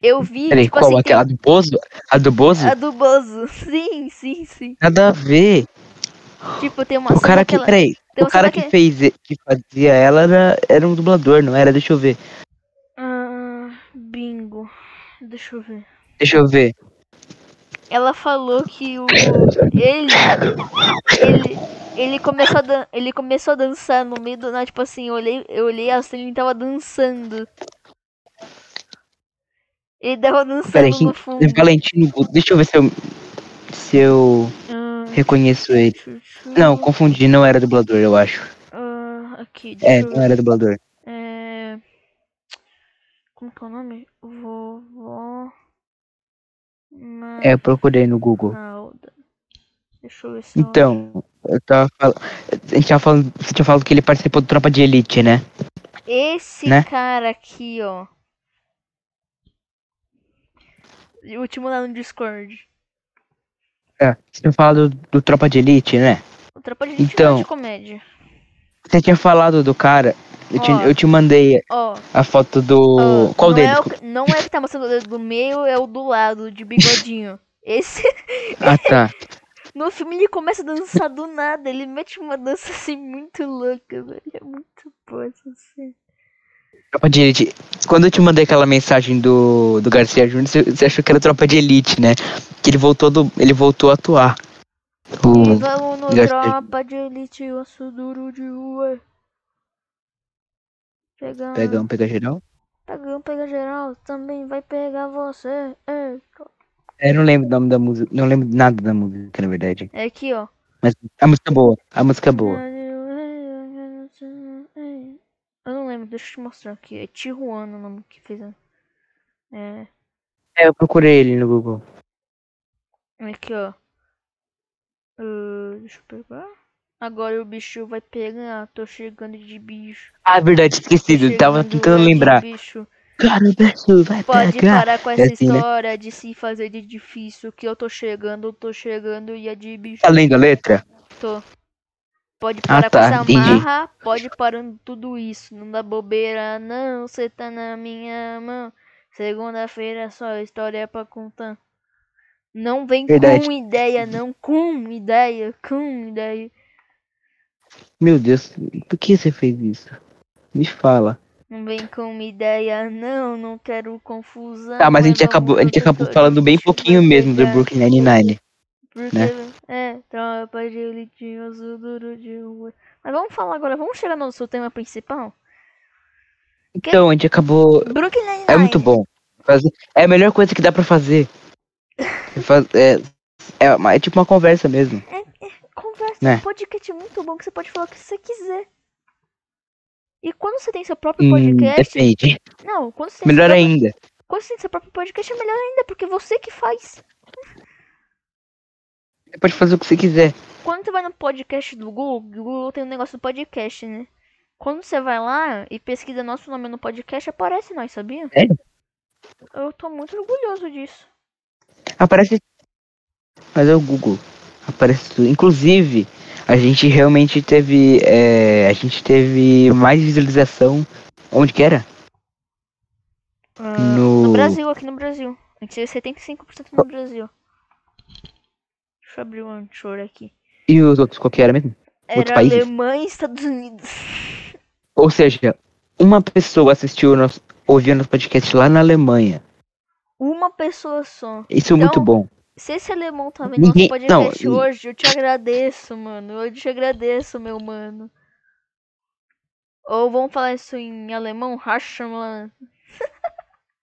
Speaker 1: Eu vi,
Speaker 2: Peraí,
Speaker 1: tipo
Speaker 2: qual?
Speaker 1: assim, É,
Speaker 2: Aquela do Bozo? A do Bozo?
Speaker 1: tem- a do Bozo. Sim, sim, sim.
Speaker 2: Nada a ver.
Speaker 1: Tipo, tem uma
Speaker 2: o cara
Speaker 1: cena
Speaker 2: que,
Speaker 1: ela-
Speaker 2: peraí,
Speaker 1: tem
Speaker 2: o
Speaker 1: uma
Speaker 2: cara
Speaker 1: cena é
Speaker 2: que, fez, e- que fazia ela era, era um dublador, não era? Deixa eu ver.
Speaker 1: Ah, bingo. Deixa eu ver.
Speaker 2: Deixa eu ver.
Speaker 1: Ela falou que o ele ele ele começou a dan- ele começou a dançar no meio do nada, tipo assim, eu olhei, eu olhei assim, ele tava dançando. Ele tava dançando
Speaker 2: Peraí, quem-
Speaker 1: no fundo.
Speaker 2: Valentino Guto. Deixa eu ver se eu, se eu
Speaker 1: Ah,
Speaker 2: reconheço ele.
Speaker 1: chu- chu-
Speaker 2: Não, confundi, não era dublador, eu acho.
Speaker 1: ah, aqui,
Speaker 2: É,
Speaker 1: deixa eu
Speaker 2: não era dublador.
Speaker 1: É... Como que é o nome? Vovó. Ma-
Speaker 2: É, eu procurei no Google.
Speaker 1: Nalda. Deixa eu ver se eu
Speaker 2: Então, eu tava falando. A gente tava falando. Você tinha falado que ele participou do Tropa de Elite, né?
Speaker 1: acho. Esse
Speaker 2: né?
Speaker 1: cara aqui, ó. E Vou te mandar no Discord.
Speaker 2: É. Você tinha falado do Tropa de Elite, né?
Speaker 1: O Tropa de Elite
Speaker 2: Então.
Speaker 1: não é de comédia.
Speaker 2: Você tinha falado do cara. Eu, te,
Speaker 1: Ó.
Speaker 2: eu te mandei
Speaker 1: Ó,
Speaker 2: a foto do.
Speaker 1: ó,
Speaker 2: Qual
Speaker 1: não
Speaker 2: dele?
Speaker 1: É o, que- não é o que tá mostrando o dedo do meio, é o do lado, de bigodinho. Esse,
Speaker 2: Ah, tá.
Speaker 1: no filme ele começa a dançar do nada, ele mete uma dança assim muito louca, velho. É muito boa essa cena.
Speaker 2: Tropa de Elite. Quando eu te mandei aquela mensagem do, do Garcia Júnior, você, você achou que era Tropa de Elite, né? Que ele voltou, do, ele voltou a atuar. O-
Speaker 1: Vamos no
Speaker 2: Gastei.
Speaker 1: tropa de elite, osso duro de rua. Pegando, pegando,
Speaker 2: Pegamos, pega geral?
Speaker 1: pega geral, também vai pegar você. É,
Speaker 2: É, Eu não lembro o nome da música. Não lembro nada da música, na verdade.
Speaker 1: é aqui, ó.
Speaker 2: Mas a música é boa. A música é
Speaker 1: Hum.
Speaker 2: boa.
Speaker 1: Eu não lembro, deixa eu te mostrar aqui. É Tijuana o nome que fez. a- É,
Speaker 2: É, eu procurei ele no Google.
Speaker 1: é aqui, ó. Ah, deixa eu pegar. Agora o bicho vai pegar, tô chegando de bicho.
Speaker 2: Ah, verdade, esqueci. Eu tava
Speaker 1: chegando
Speaker 2: tentando
Speaker 1: é de
Speaker 2: lembrar.
Speaker 1: bicho.
Speaker 2: Cara, o é bicho vai
Speaker 1: Pode
Speaker 2: pegar.
Speaker 1: parar com essa
Speaker 2: assim, né?
Speaker 1: história de se fazer de difícil, que eu tô chegando, eu tô chegando e é de bicho.
Speaker 2: Tá lendo a letra?
Speaker 1: Tô. Pode parar
Speaker 2: tá,
Speaker 1: com essa
Speaker 2: entendi.
Speaker 1: marra, pode parando tudo isso. Não dá bobeira, não, cê tá na minha mão. Segunda-feira é só história pra contar. Não vem
Speaker 2: Verdade.
Speaker 1: com ideia, não, com ideia, com ideia.
Speaker 2: Meu Deus, por que você fez isso? Me fala.
Speaker 1: Não vem com ideia, não, não quero confusão.
Speaker 2: Tá, mas a gente
Speaker 1: vamos
Speaker 2: acabou, a gente
Speaker 1: outra
Speaker 2: acabou
Speaker 1: história,
Speaker 2: falando bem
Speaker 1: bicho vai
Speaker 2: pouquinho mesmo do
Speaker 1: pegar.
Speaker 2: Brooklyn Nine-Nine.
Speaker 1: é Porque
Speaker 2: né?
Speaker 1: é, tropa de elitinho azul duro de rua. Mas vamos falar agora, vamos chegar no nosso tema principal?
Speaker 2: Então, a gente acabou.
Speaker 1: Brooklyn Nine-Nine.
Speaker 2: É muito bom. Fazer- É a melhor coisa que dá pra fazer. É faz- É, é uma- é tipo uma conversa mesmo.
Speaker 1: Conversa,
Speaker 2: Né?
Speaker 1: um podcast muito bom que você pode falar o que você quiser. E quando você tem seu próprio Um
Speaker 2: Hum,
Speaker 1: podcast. Tá
Speaker 2: depende.
Speaker 1: não, quando você, tem seu
Speaker 2: Melhor
Speaker 1: próprio,
Speaker 2: ainda.
Speaker 1: quando você tem seu próprio podcast é melhor ainda, porque você que faz.
Speaker 2: Você pode fazer o que você quiser.
Speaker 1: Quando você vai no podcast do Google, o Google tem um negócio do podcast, né? Quando você vai lá e pesquisa nosso nome no podcast, aparece nós, sabia?
Speaker 2: Sério?
Speaker 1: Eu tô muito orgulhoso disso.
Speaker 2: Aparece. Mas é o Google. Aparece tudo. Inclusive, a gente realmente teve. é, a gente teve mais visualização. Onde que era?
Speaker 1: Ah,
Speaker 2: No-
Speaker 1: no Brasil, aqui no Brasil. A gente teve 75% no Brasil. Deixa eu abrir o Anchor aqui.
Speaker 2: E os outros, qual que era mesmo? Outros
Speaker 1: Era
Speaker 2: países?
Speaker 1: Alemanha e Estados Unidos.
Speaker 2: Ou seja, uma pessoa assistiu o nosso. ouviu nosso podcast lá na Alemanha.
Speaker 1: Uma pessoa só.
Speaker 2: Isso é
Speaker 1: Então,
Speaker 2: muito bom.
Speaker 1: Se esse alemão tá vendo nosso
Speaker 2: Ninguém-
Speaker 1: podcast
Speaker 2: não, e-
Speaker 1: hoje, eu te agradeço, mano. Eu te agradeço, meu mano. Ou vamos falar isso em alemão? Raschmann.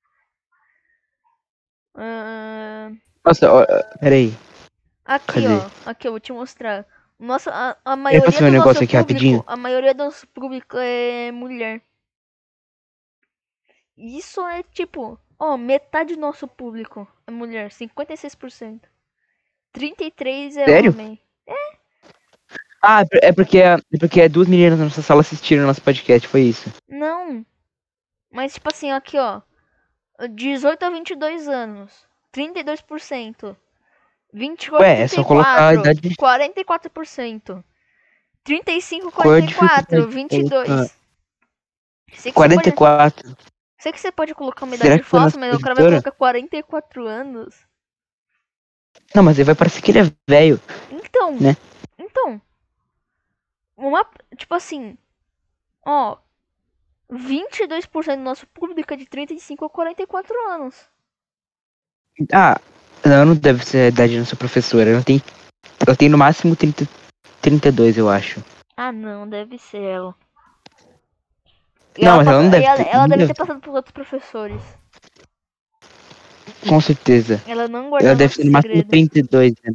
Speaker 1: Ah,
Speaker 2: Nossa, ó, ó, peraí.
Speaker 1: Aqui,
Speaker 2: Cadê?
Speaker 1: ó. Aqui, eu vou te mostrar. Nossa, a, a maioria
Speaker 2: faço
Speaker 1: do
Speaker 2: meu
Speaker 1: nosso
Speaker 2: negócio aqui é
Speaker 1: público,
Speaker 2: rapidinho?
Speaker 1: a maioria do nosso público é mulher. Isso é tipo, ó, metade do nosso público é mulher, 56%. 33 é
Speaker 2: Sério?
Speaker 1: homem.
Speaker 2: Ah, é por- é porque, é porque duas meninas da nossa sala assistiram nosso podcast, foi isso.
Speaker 1: Não. Mas, tipo assim, aqui, ó. 18 a 22 anos. 32%. 24,
Speaker 2: Ué, é só colocar a idade.
Speaker 1: 44%. 35,
Speaker 2: Qual é a dificuldade
Speaker 1: 44,
Speaker 2: de
Speaker 1: 22. Sei que, você pode,
Speaker 2: 44.
Speaker 1: sei que você pode colocar uma
Speaker 2: Será
Speaker 1: idade
Speaker 2: que foi
Speaker 1: falsa,
Speaker 2: nossa
Speaker 1: mas o cara vai
Speaker 2: professora?
Speaker 1: colocar 44 anos.
Speaker 2: Não, mas aí vai parecer que ele é velho.
Speaker 1: Então.
Speaker 2: Né?
Speaker 1: Então. Uma, tipo assim. Ó. 22% do nosso público é de 35 a 44 anos.
Speaker 2: Ah, não, não deve ser a idade da nossa professora. Ela tem, ela tem no máximo 30, 32, eu acho.
Speaker 1: Ah, não, deve ser ela.
Speaker 2: Não, mas ela
Speaker 1: passa-
Speaker 2: não deve
Speaker 1: e Ela,
Speaker 2: ter-
Speaker 1: ela
Speaker 2: não
Speaker 1: deve
Speaker 2: deve
Speaker 1: ter passado por outros professores.
Speaker 2: Com certeza.
Speaker 1: Ela não
Speaker 2: Ela
Speaker 1: guardou
Speaker 2: deve
Speaker 1: nosso
Speaker 2: ter no máximo
Speaker 1: um segredo.
Speaker 2: 32, né?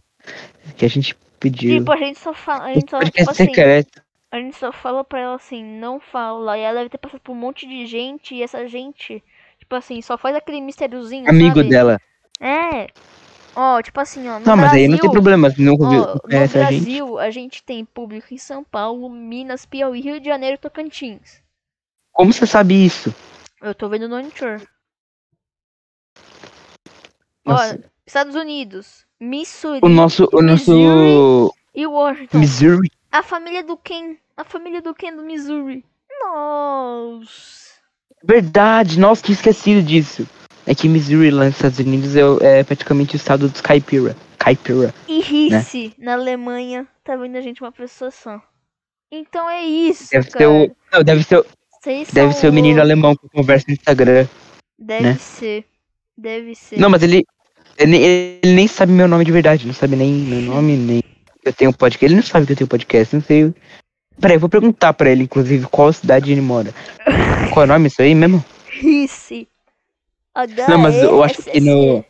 Speaker 2: Que a gente pediu.
Speaker 1: Tipo, a gente só fala. A gente só, tipo
Speaker 2: podcast
Speaker 1: assim,
Speaker 2: secreto.
Speaker 1: a gente só fala pra ela assim, não fala. E ela deve ter passado por um monte de gente. E essa gente, tipo assim, só faz aquele mistériozinho.
Speaker 2: Amigo
Speaker 1: sabe?
Speaker 2: dela.
Speaker 1: É. Ó, tipo assim, ó. No
Speaker 2: Não, mas
Speaker 1: Brasil,
Speaker 2: aí não tem problema. Não
Speaker 1: ó,
Speaker 2: ouviu
Speaker 1: no
Speaker 2: essa gente.
Speaker 1: Brasil, a gente tem público em São Paulo, Minas, Piauí, Rio de Janeiro e Tocantins.
Speaker 2: Como você sabe isso?
Speaker 1: Eu tô vendo no Anchor.
Speaker 2: Nossa,
Speaker 1: Ó, Estados Unidos, Missouri
Speaker 2: o nosso. O nosso.
Speaker 1: e Washington.
Speaker 2: Missouri.
Speaker 1: A família do Ken. A família do Ken do Missouri. Nossa.
Speaker 2: Verdade, nossa, tinha esquecido disso. É que Missouri lá nos Estados Unidos é, o- é praticamente o estado dos caipira. Caipira.
Speaker 1: E Risse,
Speaker 2: Né?
Speaker 1: na Alemanha. Tá vendo a gente uma pessoa só. Então é isso,
Speaker 2: Deve ser
Speaker 1: cara.
Speaker 2: o. Não, deve ser, o-
Speaker 1: Vocês
Speaker 2: deve
Speaker 1: são
Speaker 2: ser o menino
Speaker 1: loucos.
Speaker 2: alemão que conversa no Instagram.
Speaker 1: Deve
Speaker 2: né?
Speaker 1: ser. Deve ser.
Speaker 2: Não, mas ele, ele. nem- ele nem sabe meu nome de verdade. Não sabe nem meu nome, nem. que Eu tenho podcast. Ele não sabe que eu tenho podcast, não sei. Peraí, eu vou perguntar pra ele, inclusive, qual cidade ele mora. Qual é o nome isso aí mesmo?
Speaker 1: Risse. é
Speaker 2: Não, mas eu acho que no.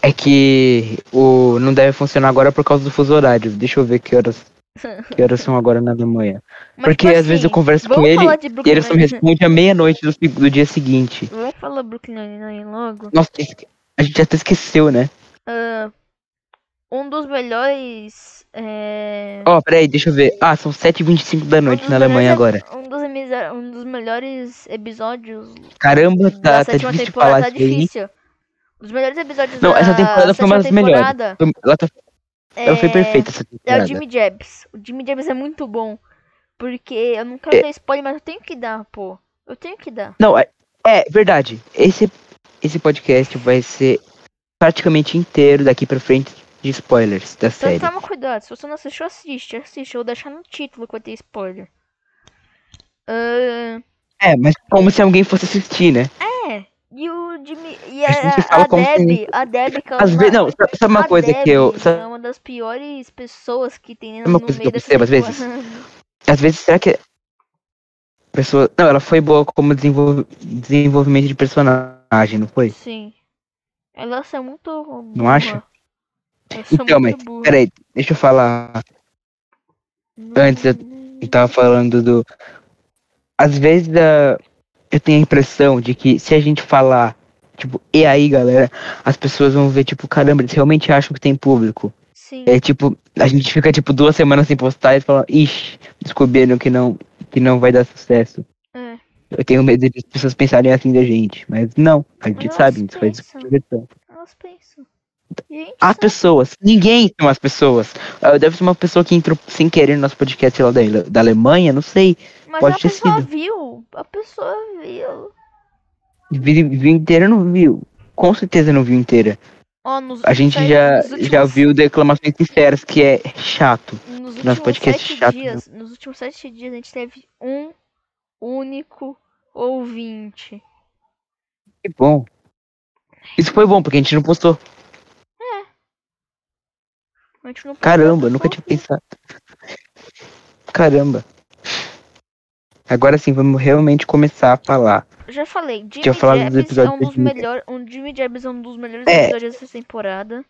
Speaker 2: É que o não deve funcionar agora por causa do fuso horário. Deixa eu ver que horas, que horas são agora na Alemanha. Porque
Speaker 1: tipo
Speaker 2: às vezes eu
Speaker 1: assim,
Speaker 2: converso com ele e ele só me responde à meia-noite do, se- do dia seguinte.
Speaker 1: Vamos falar Brooklyn Nine-Nine logo.
Speaker 2: Nossa, esque- a gente até esqueceu, né?
Speaker 1: Um dos melhores. É...
Speaker 2: Ó, peraí, deixa eu ver. Ah, são 7h25 da
Speaker 1: um
Speaker 2: noite
Speaker 1: dos
Speaker 2: na Alemanha
Speaker 1: melhores-
Speaker 2: agora.
Speaker 1: Um dos, emis- um dos melhores episódios da
Speaker 2: Caramba, tá, tá
Speaker 1: sétima
Speaker 2: difícil de
Speaker 1: temporada
Speaker 2: falar
Speaker 1: tá
Speaker 2: isso aí.
Speaker 1: difícil. Os melhores episódios
Speaker 2: Não,
Speaker 1: da
Speaker 2: essa temporada foi uma das
Speaker 1: sétima
Speaker 2: melhores.
Speaker 1: temporada
Speaker 2: Foi- Ela, tá-
Speaker 1: É...
Speaker 2: ela foi perfeita essa
Speaker 1: É o
Speaker 2: temporada.
Speaker 1: Jimmy Jabs. O Jimmy Jabs é muito bom. Porque eu não quero
Speaker 2: É.
Speaker 1: dar spoiler, mas eu tenho que dar, pô. Eu tenho que dar.
Speaker 2: Não, é, é verdade. Esse, esse podcast vai ser praticamente inteiro daqui pra frente de spoilers da
Speaker 1: Então
Speaker 2: série.
Speaker 1: toma cuidado. Se você não assistiu, assiste. Assiste. Eu vou deixar no título que vai ter spoiler. Ahn,
Speaker 2: É, mas como se alguém fosse assistir, né?
Speaker 1: E o Jimmy. E a,
Speaker 2: É A gente fala
Speaker 1: a
Speaker 2: como se
Speaker 1: Deb.
Speaker 2: ninguém-
Speaker 1: A Deb que é
Speaker 2: Às
Speaker 1: uma-
Speaker 2: vezes, não, sa- sabe
Speaker 1: a
Speaker 2: uma coisa
Speaker 1: Deb
Speaker 2: que eu. sabe-
Speaker 1: É uma das piores pessoas que tem
Speaker 2: Sabe uma
Speaker 1: no
Speaker 2: coisa que
Speaker 1: meio
Speaker 2: eu
Speaker 1: dessa
Speaker 2: percebo às vezes?
Speaker 1: temporada.
Speaker 2: Às vezes, será que. a Pessoa. Não, ela foi boa como desenvol- desenvolvimento de personagem, não foi?
Speaker 1: Sim. Ela é muito. Burra.
Speaker 2: acha?
Speaker 1: Eu sou
Speaker 2: Então,
Speaker 1: muito
Speaker 2: mas,
Speaker 1: burra.
Speaker 2: Peraí, deixa eu falar. antes eu- Eu tava falando do. Às vezes ah, eu tenho a impressão de que se a gente falar, tipo, e aí galera, as pessoas vão ver, tipo, caramba, eles realmente acham que tem público.
Speaker 1: Sim.
Speaker 2: É tipo, a gente fica tipo duas semanas sem postar e fala, ixi, descobriram que não, que não vai dar sucesso.
Speaker 1: É.
Speaker 2: Eu tenho medo de as pessoas pensarem assim da gente, mas não, a gente
Speaker 1: Mas
Speaker 2: sabe,
Speaker 1: elas
Speaker 2: isso faz
Speaker 1: pensam.
Speaker 2: diversão.
Speaker 1: Elas pensam. Gente,
Speaker 2: As
Speaker 1: sabe?
Speaker 2: pessoas, ninguém são as pessoas. Ah, Deve ser uma pessoa que entrou sem querer no nosso podcast sei lá da, da Alemanha, não sei,
Speaker 1: mas
Speaker 2: pode
Speaker 1: a
Speaker 2: ter
Speaker 1: pessoa
Speaker 2: sido.
Speaker 1: viu. A pessoa viu.
Speaker 2: viu viu inteira não viu. Com certeza não viu inteira.
Speaker 1: Ó, nos,
Speaker 2: A gente
Speaker 1: sério,
Speaker 2: já,
Speaker 1: nos últimos-
Speaker 2: já viu declamações sinceras que é chato.
Speaker 1: Nos
Speaker 2: Nossa,
Speaker 1: últimos
Speaker 2: podcast
Speaker 1: sete
Speaker 2: chato, né?
Speaker 1: dias. Nos últimos sete dias a gente teve um único ouvinte.
Speaker 2: Que bom. Isso foi bom, porque a gente não postou.
Speaker 1: A gente não pode
Speaker 2: Caramba,
Speaker 1: botar
Speaker 2: nunca tinha
Speaker 1: foto.
Speaker 2: pensado. Caramba. Agora sim, vamos realmente começar a falar.
Speaker 1: Já falei, Jimmy
Speaker 2: Tinha falado dos
Speaker 1: Jabs é um
Speaker 2: episódios
Speaker 1: dos
Speaker 2: do Jimmy.
Speaker 1: melhores. Um Jimmy Jabs é um dos melhores
Speaker 2: É.
Speaker 1: episódios dessa temporada.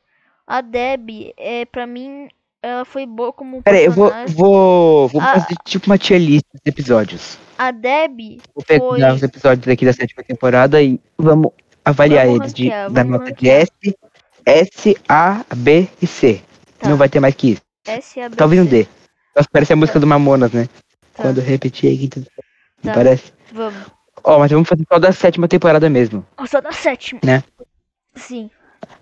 Speaker 1: A Deb, é, pra mim, ela foi boa como
Speaker 2: Pera aí, eu vou,
Speaker 1: personagem.
Speaker 2: vou, vou
Speaker 1: Ah.
Speaker 2: fazer tipo uma tier list dos episódios.
Speaker 1: A Deb
Speaker 2: Vou pegar
Speaker 1: Foi.
Speaker 2: os episódios aqui da sétima temporada e vamos avaliar
Speaker 1: Vamos
Speaker 2: eles de,
Speaker 1: ranquear,
Speaker 2: da
Speaker 1: vamos
Speaker 2: nota de S, S, A, B e C.
Speaker 1: Tá.
Speaker 2: Não vai ter mais que isso.
Speaker 1: S A B
Speaker 2: Talvez um
Speaker 1: C.
Speaker 2: D. Nossa, parece a música do Mamonas, né?
Speaker 1: Tá,
Speaker 2: Quando eu repeti a quinta.
Speaker 1: Tá.
Speaker 2: Não parece?
Speaker 1: vamos.
Speaker 2: Ó, mas vamos fazer só da sétima temporada mesmo.
Speaker 1: Só da sétima.
Speaker 2: Né?
Speaker 1: Sim.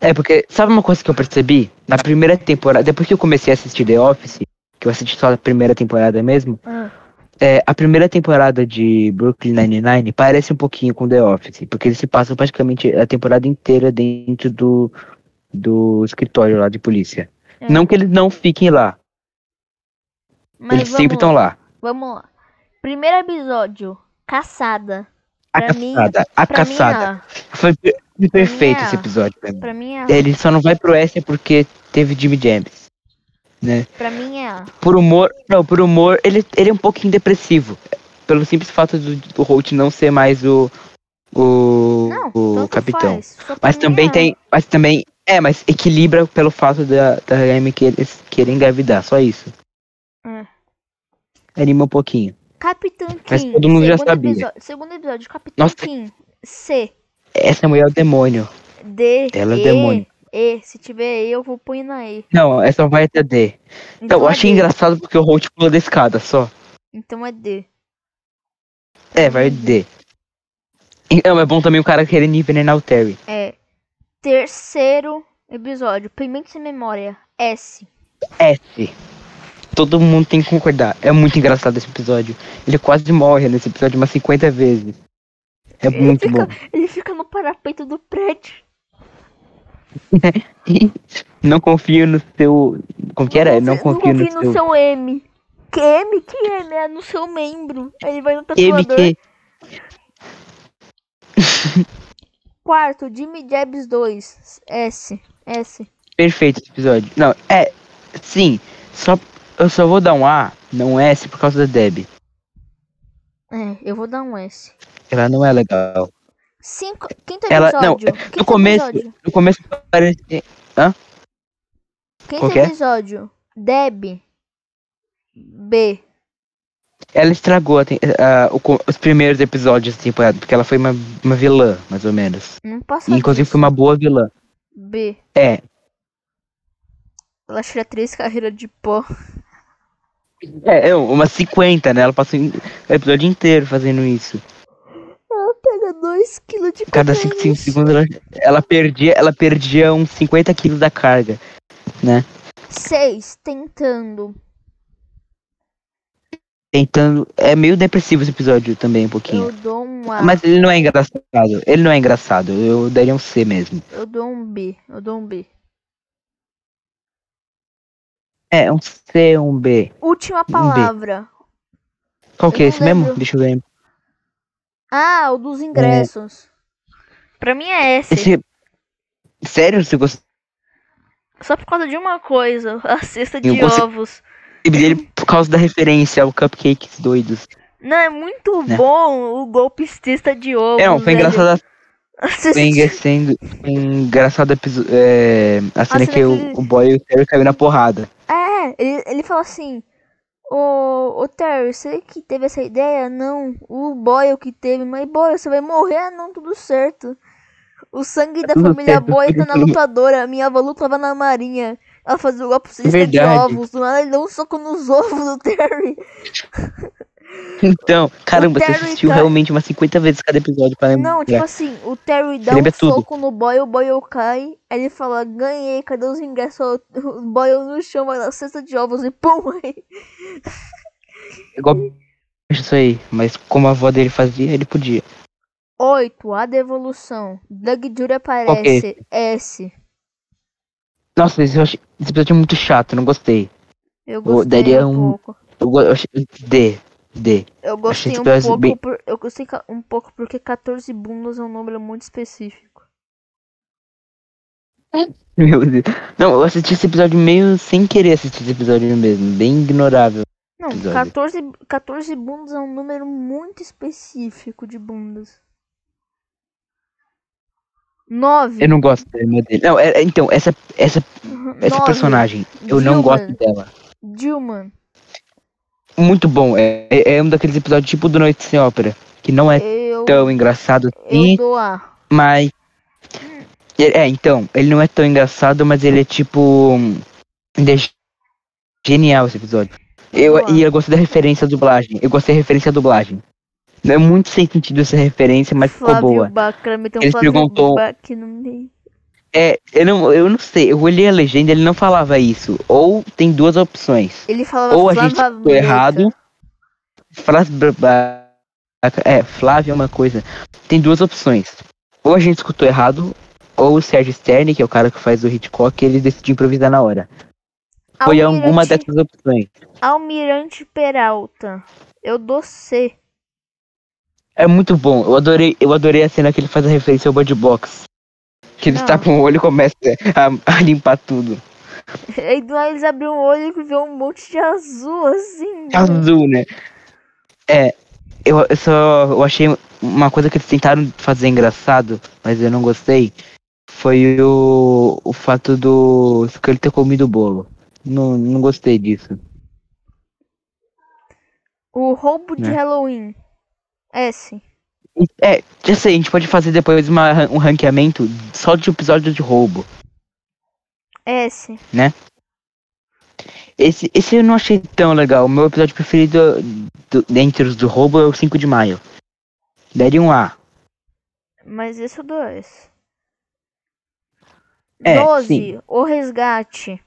Speaker 2: É, porque sabe uma coisa que eu percebi? Na primeira temporada, depois que eu comecei a assistir The Office, que eu assisti só a primeira temporada mesmo,
Speaker 1: Ah,
Speaker 2: é, a primeira temporada de Brooklyn Nine-Nine parece um pouquinho com The Office, porque eles se passam praticamente a temporada inteira dentro do, do escritório lá de polícia.
Speaker 1: É.
Speaker 2: Não que eles não fiquem lá,
Speaker 1: mas
Speaker 2: eles
Speaker 1: vamos
Speaker 2: sempre estão lá.
Speaker 1: Vamos lá. Primeiro episódio. Caçada.
Speaker 2: A
Speaker 1: Pra mim-
Speaker 2: caçada, a
Speaker 1: Pra
Speaker 2: caçada.
Speaker 1: mim, é
Speaker 2: Foi per- perfeito
Speaker 1: Minha.
Speaker 2: esse episódio. pra
Speaker 1: é.
Speaker 2: mim.
Speaker 1: Pra mim é.
Speaker 2: Ele só não vai pro S porque teve Jimmy James.
Speaker 1: Pra mim é.
Speaker 2: Por humor, não, por humor, ele, ele é um pouquinho depressivo. Pelo simples fato do, do Holt não ser mais o, o,
Speaker 1: Não,
Speaker 2: o
Speaker 1: tanto
Speaker 2: capitão.
Speaker 1: faz, só pra
Speaker 2: Mas
Speaker 1: mim
Speaker 2: também
Speaker 1: é.
Speaker 2: tem. Mas também. É, mas equilibra pelo fato da, da Amy querer, querer engravidar, só isso.
Speaker 1: É.
Speaker 2: Anima um pouquinho.
Speaker 1: Capitão Kim.
Speaker 2: Mas todo mundo já
Speaker 1: segundo
Speaker 2: sabia.
Speaker 1: episódio- segundo episódio, Capitão
Speaker 2: Nossa.
Speaker 1: Kim. C.
Speaker 2: Essa mulher é o demônio.
Speaker 1: D.
Speaker 2: Ela é
Speaker 1: e,
Speaker 2: demônio.
Speaker 1: E. Se tiver E, eu vou pôr na E.
Speaker 2: Não, essa vai até D. Então, eu
Speaker 1: é
Speaker 2: achei
Speaker 1: D.
Speaker 2: engraçado porque o Holt pulou da escada só.
Speaker 1: Então é D.
Speaker 2: É, vai D. Então é bom também o cara querendo envenenar o Terry.
Speaker 1: É. Terceiro episódio. Pimenta sem memória. S.
Speaker 2: S. Todo mundo tem que concordar. É muito engraçado esse episódio. Ele quase morre nesse episódio umas 50 vezes. É
Speaker 1: Ele
Speaker 2: muito
Speaker 1: fica-
Speaker 2: bom.
Speaker 1: Ele fica no parapeito do prédio.
Speaker 2: não confio no seu. Como que era? Não confio,
Speaker 1: não
Speaker 2: no, seu.
Speaker 1: M. Que M? Que M? É no seu membro. Aí Ele vai no tatuador.
Speaker 2: MQ.
Speaker 1: Quarto, Jimmy Jabs 2. S. S.
Speaker 2: Perfeito esse episódio. Não, é. Sim. Só, eu só vou dar um A, não S, por causa da Deb.
Speaker 1: É, eu vou dar um S.
Speaker 2: Ela não é legal.
Speaker 1: Cinco, quinto
Speaker 2: Ela-
Speaker 1: episódio.
Speaker 2: não,
Speaker 1: quinto
Speaker 2: No começo.
Speaker 1: Episódio,
Speaker 2: No começo parece.
Speaker 1: quinto
Speaker 2: qual que é?
Speaker 1: episódio. Deb. B.
Speaker 2: Ela estragou a tem- a- o co- os primeiros episódios da temporada, porque ela foi uma, uma vilã, mais ou menos.
Speaker 1: Não passa
Speaker 2: E, inclusive
Speaker 1: disso.
Speaker 2: foi uma boa vilã.
Speaker 1: B.
Speaker 2: É,
Speaker 1: Ela tira é três carreiras de pó.
Speaker 2: é, é umas 50, né? Ela passou em- o episódio inteiro fazendo isso.
Speaker 1: Ela pega dois quilos de
Speaker 2: Cada
Speaker 1: cocaína.
Speaker 2: 5 segundos ela, ela perdia, ela perdia uns 50 quilos da carga.
Speaker 1: Seis. Tentando.
Speaker 2: Tentando. É meio depressivo esse episódio também, um pouquinho.
Speaker 1: Eu dou um A.
Speaker 2: Mas ele não é engraçado. Ele não é engraçado. Eu daria um C mesmo.
Speaker 1: Eu dou um B. Eu dou um B.
Speaker 2: É, um C, um B.
Speaker 1: Última palavra.
Speaker 2: Qual que
Speaker 1: Eu não
Speaker 2: é esse mesmo?
Speaker 1: lembro.
Speaker 2: Deixa eu ver.
Speaker 1: Ah, o dos ingressos. Pra mim é S.
Speaker 2: Esse... Sério, você gostou
Speaker 1: Só por causa de uma coisa. A cesta de
Speaker 2: Eu consigo-
Speaker 1: ovos.
Speaker 2: dele por causa da referência ao Cupcakes doidos?
Speaker 1: Não, é muito
Speaker 2: Né?
Speaker 1: bom o golpista de ovos.
Speaker 2: É, não, foi
Speaker 1: velho.
Speaker 2: engraçado a
Speaker 1: Assisti-
Speaker 2: Foi engraçado, foi é engraçado a episo- é, a cena
Speaker 1: cena
Speaker 2: que o,
Speaker 1: que-
Speaker 2: o boy e o Terry caiu na porrada.
Speaker 1: É, ele, ele fala assim: Ô, ô Terry, você que teve essa ideia? Não, o Boyle que teve, mas Boyle, você vai morrer? Ah, Não, tudo certo. O sangue da
Speaker 2: Tudo
Speaker 1: família
Speaker 2: certo,
Speaker 1: Boyle tá
Speaker 2: tudo
Speaker 1: na
Speaker 2: certo.
Speaker 1: lutadora. A minha avó lutava na marinha. Ela fazia o golpe cesta de
Speaker 2: Verdade.
Speaker 1: ovos. Do nada ele deu um soco nos ovos do Terry.
Speaker 2: Então, caramba, você
Speaker 1: Terry
Speaker 2: assistiu
Speaker 1: tá-
Speaker 2: realmente umas 50 vezes cada episódio pra lembrar.
Speaker 1: Não, tipo assim, o Terry dá
Speaker 2: Lembra
Speaker 1: um
Speaker 2: é. tudo.
Speaker 1: soco no Boyle, o Boyle cai. Aí ele fala: Ganhei, cadê os ingressos? O Boyle no chão, vai na cesta de ovos e pum! Aí
Speaker 2: É igual
Speaker 1: assim.
Speaker 2: isso aí, mas como a avó dele fazia, ele podia.
Speaker 1: 8. A devolução. Doug Jury
Speaker 2: Qual que é
Speaker 1: aparece. S.
Speaker 2: Nossa, esse, eu achei- esse episódio é muito chato, não gostei.
Speaker 1: Eu gostei
Speaker 2: daria
Speaker 1: um,
Speaker 2: um-
Speaker 1: pouco.
Speaker 2: Eu, go- eu achei... D, D.
Speaker 1: Eu gostei
Speaker 2: esse
Speaker 1: um
Speaker 2: episódio
Speaker 1: pouco,
Speaker 2: bem-
Speaker 1: por- eu gostei ca- um pouco porque 14 bundas é um número muito específico.
Speaker 2: Meu Deus. Não, eu assisti esse episódio meio sem querer assistir esse episódio mesmo, bem ignorável.
Speaker 1: Não,
Speaker 2: Episódio.
Speaker 1: 14, 14 bundas é um número muito específico de bundas. 9.
Speaker 2: Eu não gosto da irmã dele. Não, é- é- então, essa, essa, essa personagem, eu não
Speaker 1: Dilma.
Speaker 2: gosto dela.
Speaker 1: Dilma.
Speaker 2: Muito bom. É, é é um daqueles episódios tipo do Noite Sem Ópera, que não é
Speaker 1: Eu,
Speaker 2: tão engraçado assim,
Speaker 1: eu dou A.
Speaker 2: mas. É, então, ele não é tão engraçado, mas ele é tipo. hum, ele é ge- genial esse episódio. Eu,
Speaker 1: Boa.
Speaker 2: e eu gostei da referência à dublagem. Eu gostei da referência à dublagem. Não é muito sem sentido essa referência, mas ficou
Speaker 1: Flávio
Speaker 2: boa.
Speaker 1: Bacra, meteu um
Speaker 2: Eles
Speaker 1: Flávio
Speaker 2: perguntou-
Speaker 1: Bacra no meio.
Speaker 2: É, eu não, eu não sei. Eu olhei a legenda, ele não falava isso. Ou tem duas opções.
Speaker 1: Ele falava
Speaker 2: Ou a
Speaker 1: Flávio
Speaker 2: gente ficou errado. Flávio Barba- É, Flávio é uma coisa. Tem duas opções. Ou a gente escutou errado, ou o Sérgio Stern, que é o cara que faz o Hitchcock, ele decidiu improvisar na hora.
Speaker 1: Ah,
Speaker 2: Foi alguma
Speaker 1: Almirante,
Speaker 2: dessas opções.
Speaker 1: Almirante Peralta. Eu dou C.
Speaker 2: É muito bom. Eu adorei, eu adorei a cena que ele faz a referência ao Bud Box. Que eles
Speaker 1: Não.
Speaker 2: tapam o olho e começam a, a limpar tudo.
Speaker 1: Aí do nada eles abriram o olho e vê um monte de azul assim.
Speaker 2: Azul, né? É. Eu, eu só eu achei uma coisa que eles tentaram fazer engraçado, mas eu não gostei. Foi o, o fato do que ele ter comido o bolo. Não, não gostei disso.
Speaker 1: O roubo de
Speaker 2: Né?
Speaker 1: Halloween. S.
Speaker 2: É, já sei, a gente pode fazer depois uma ran- um ranqueamento só de episódio de roubo.
Speaker 1: S.
Speaker 2: Esse, esse eu não achei tão legal. O meu episódio preferido do, dentre os do roubo é o 5 de maio. Daria um A.
Speaker 1: Mas esse eu dou S.
Speaker 2: É,
Speaker 1: 12.
Speaker 2: sim.
Speaker 1: O resgate.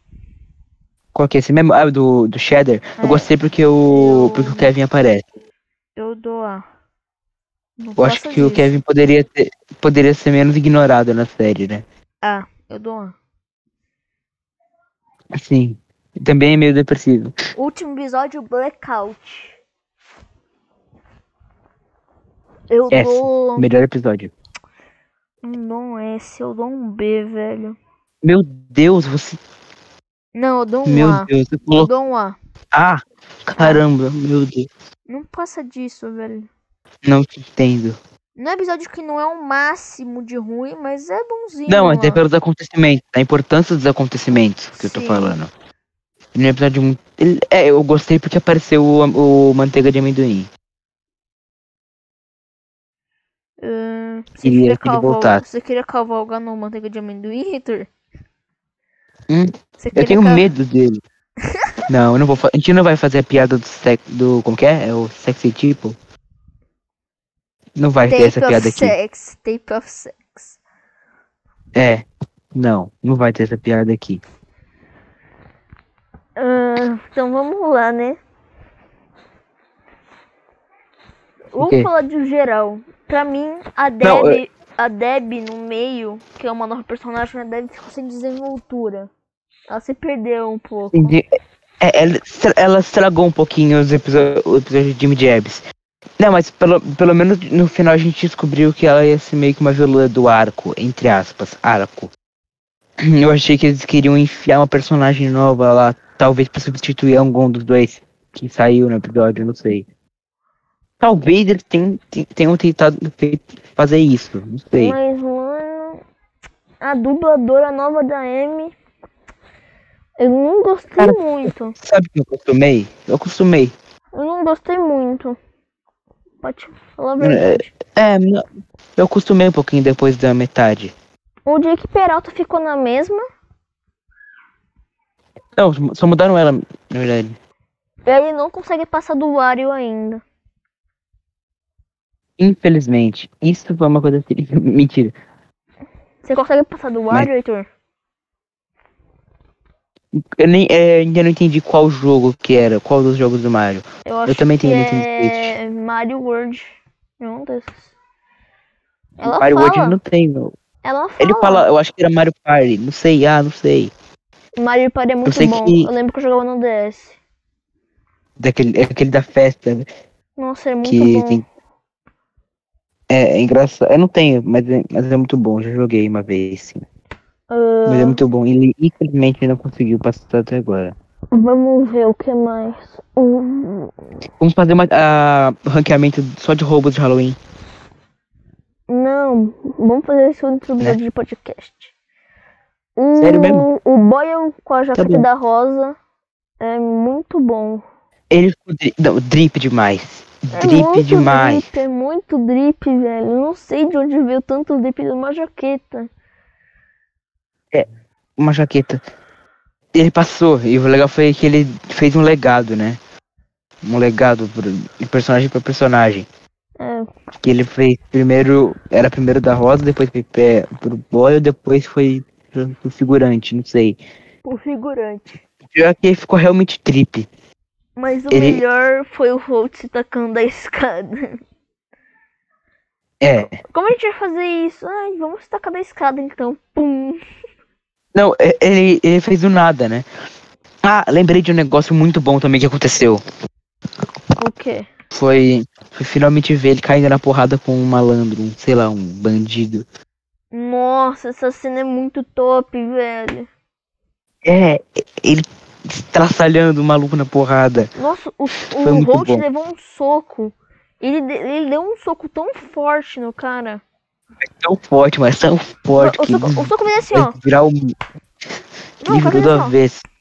Speaker 2: Qual que é esse mesmo? Ah, do, do Shader.
Speaker 1: É.
Speaker 2: Eu gostei porque o,
Speaker 1: Eu-
Speaker 2: porque o Kevin aparece.
Speaker 1: Eu dou A. Não
Speaker 2: Eu acho
Speaker 1: passa
Speaker 2: que o
Speaker 1: disso.
Speaker 2: Kevin poderia, ter, poderia ser menos ignorado na série, né?
Speaker 1: A. Eu dou A.
Speaker 2: Assim. Também é meio depressivo.
Speaker 1: Último episódio, Blackout. Eu
Speaker 2: S.
Speaker 1: dou
Speaker 2: Melhor episódio.
Speaker 1: um dou um S, eu dou um B, velho.
Speaker 2: Meu Deus, você.
Speaker 1: Não, eu dou um
Speaker 2: Meu
Speaker 1: A.
Speaker 2: Deus, você
Speaker 1: Eu
Speaker 2: colocou.
Speaker 1: dou um A.
Speaker 2: Ah! Caramba, meu Deus.
Speaker 1: Não passa disso, velho.
Speaker 2: Não te entendo.
Speaker 1: Não é episódio que não é o máximo de ruim, mas é bonzinho.
Speaker 2: Não,
Speaker 1: mas
Speaker 2: até pelos acontecimentos, a importância dos acontecimentos que eu tô
Speaker 1: Sim.
Speaker 2: falando. Ele é um episódio muito. ele- é, eu gostei porque apareceu o, o manteiga de amendoim.
Speaker 1: você,
Speaker 2: queria
Speaker 1: queria
Speaker 2: que ele voltasse.
Speaker 1: cavalgar, você queria cavalgar no manteiga de amendoim, Heitor?
Speaker 2: Hum,
Speaker 1: Você queria
Speaker 2: Eu tenho
Speaker 1: ca-
Speaker 2: medo dele. não, eu não vou fa- A gente não vai fazer a piada do sexo. Do, como que é? É o sexy tipo? Não vai ter
Speaker 1: Tape
Speaker 2: essa
Speaker 1: of
Speaker 2: piada aqui.
Speaker 1: sex, tape of sex.
Speaker 2: É. Não, não vai ter essa piada aqui.
Speaker 1: Ah, então vamos lá, né? Vamos
Speaker 2: quê?
Speaker 1: falar de um geral. Pra mim, a Deb,
Speaker 2: Não,
Speaker 1: a Deb no meio, que é uma nova personagem, a Deb ficou sem desenvoltura. Ela se perdeu um pouco.
Speaker 2: Entendi. É, ela, estra- ela estragou um pouquinho os episódios, o episódio de Jimmy Jabs. Não, mas pelo, pelo menos no final a gente descobriu que ela ia ser meio que uma vilã do arco, entre aspas, arco. Eu achei que eles queriam enfiar uma personagem nova lá, talvez pra substituir algum dos dois que saiu no episódio, não sei. Talvez eles tenham, tenham tentado fe- fazer isso, não sei.
Speaker 1: Mas, mano, a dubladora nova da M, eu não gostei
Speaker 2: Cara,
Speaker 1: muito.
Speaker 2: Sabe o que eu acostumei? Eu acostumei.
Speaker 1: Eu não gostei muito. Pode falar a
Speaker 2: É.
Speaker 1: verdade.
Speaker 2: É, não- eu acostumei um pouquinho depois da metade.
Speaker 1: O Jake Peralta ficou na mesma.
Speaker 2: Não, só mudaram ela, na verdade.
Speaker 1: Ele não consegue passar do Wario ainda.
Speaker 2: Infelizmente. Isso foi uma coisa triste. Mentira.
Speaker 1: Você consegue passar do Wario, Heitor?
Speaker 2: Eu nem, é, ainda não entendi qual jogo que era, qual dos jogos do Mario.
Speaker 1: Eu acho
Speaker 2: também tenho
Speaker 1: que
Speaker 2: Nintendo
Speaker 1: é Mario World. É um desses. Ela
Speaker 2: Mario
Speaker 1: fala,
Speaker 2: World não tem, não.
Speaker 1: ela
Speaker 2: Ele
Speaker 1: fala.
Speaker 2: fala, eu acho que era Mario Party, não sei, ah, não sei.
Speaker 1: Mario Party é muito
Speaker 2: sei
Speaker 1: bom.
Speaker 2: que-
Speaker 1: Eu lembro que eu jogava no DS.
Speaker 2: Daquele, é aquele da festa, né?
Speaker 1: Nossa, é muito
Speaker 2: que
Speaker 1: bom.
Speaker 2: tem. É, é engraçado. Eu não tenho, mas é, mas é muito bom. Já joguei uma vez, sim.
Speaker 1: Ah,
Speaker 2: Mas é muito bom. Ele infelizmente não conseguiu passar até agora.
Speaker 1: Vamos ver o que mais. Hum,
Speaker 2: Vamos fazer uma, ah, ranqueamento só de roubos de Halloween.
Speaker 1: Não, vamos fazer isso outro episódio de podcast. O,
Speaker 2: Né? Sério mesmo? Tá
Speaker 1: O Boyle com a jaqueta
Speaker 2: bom.
Speaker 1: da rosa é muito bom.
Speaker 2: Ele ficou. dri- Não, drip demais.
Speaker 1: É
Speaker 2: Drip
Speaker 1: muito
Speaker 2: demais.
Speaker 1: drip, é muito drip, velho. Eu não sei de onde veio tanto drip de uma jaqueta.
Speaker 2: uma jaqueta. Ele passou, e o legal foi que ele fez um legado, né? um legado pro- de personagem pra personagem.
Speaker 1: É,
Speaker 2: Que ele fez primeiro. Era primeiro da Rosa, depois foi pé, pro Boyle, depois foi pro pro figurante, não sei.
Speaker 1: o figurante.
Speaker 2: Pior é que ele ficou realmente trip.
Speaker 1: Mas o
Speaker 2: Ele-
Speaker 1: melhor foi o Holt se tacando da escada.
Speaker 2: É.
Speaker 1: Como a gente vai fazer isso? Ai, vamos se tacar da escada então. Pum.
Speaker 2: Não, é- ele, ele fez do nada, né? Ah, lembrei de um negócio muito bom também que aconteceu.
Speaker 1: O quê?
Speaker 2: Foi, foi finalmente ver ele caindo na porrada com um malandro, um, sei lá, um bandido.
Speaker 1: Nossa, essa cena é muito top, velho.
Speaker 2: É, ele estraçalhando o maluco na porrada.
Speaker 1: Nossa, o,
Speaker 2: Foi
Speaker 1: o
Speaker 2: muito
Speaker 1: Holt
Speaker 2: bom.
Speaker 1: levou um soco. Ele, de- ele deu um soco tão forte no cara.
Speaker 2: Tão forte, mas tão forte
Speaker 1: o,
Speaker 2: que
Speaker 1: soco, o soco veio assim, ó.
Speaker 2: vai virar um
Speaker 1: Não,
Speaker 2: livro
Speaker 1: faz
Speaker 2: do
Speaker 1: assim,
Speaker 2: avesso.
Speaker 1: ó.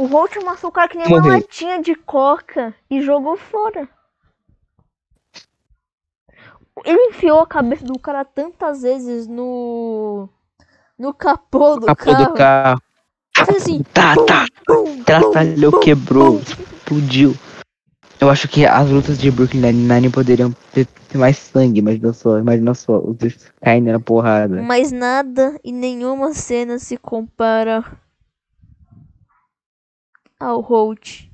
Speaker 1: O Holt amassou o cara que nem uma
Speaker 2: Morreu.
Speaker 1: latinha de coca e jogou fora. Ele enfiou a cabeça do cara tantas vezes no. No capô do
Speaker 2: Capô
Speaker 1: carro.
Speaker 2: do carro.
Speaker 1: Fez assim.
Speaker 2: Tá, tá.
Speaker 1: Pum,
Speaker 2: Traçalhou, quebrou,
Speaker 1: pum.
Speaker 2: explodiu. Eu acho que as lutas de Brooklyn Nine-Nine poderiam ter ter mais sangue, imagina só, imagina só, os dois caindo na porrada.
Speaker 1: Mas nada e nenhuma cena se compara ao Holt.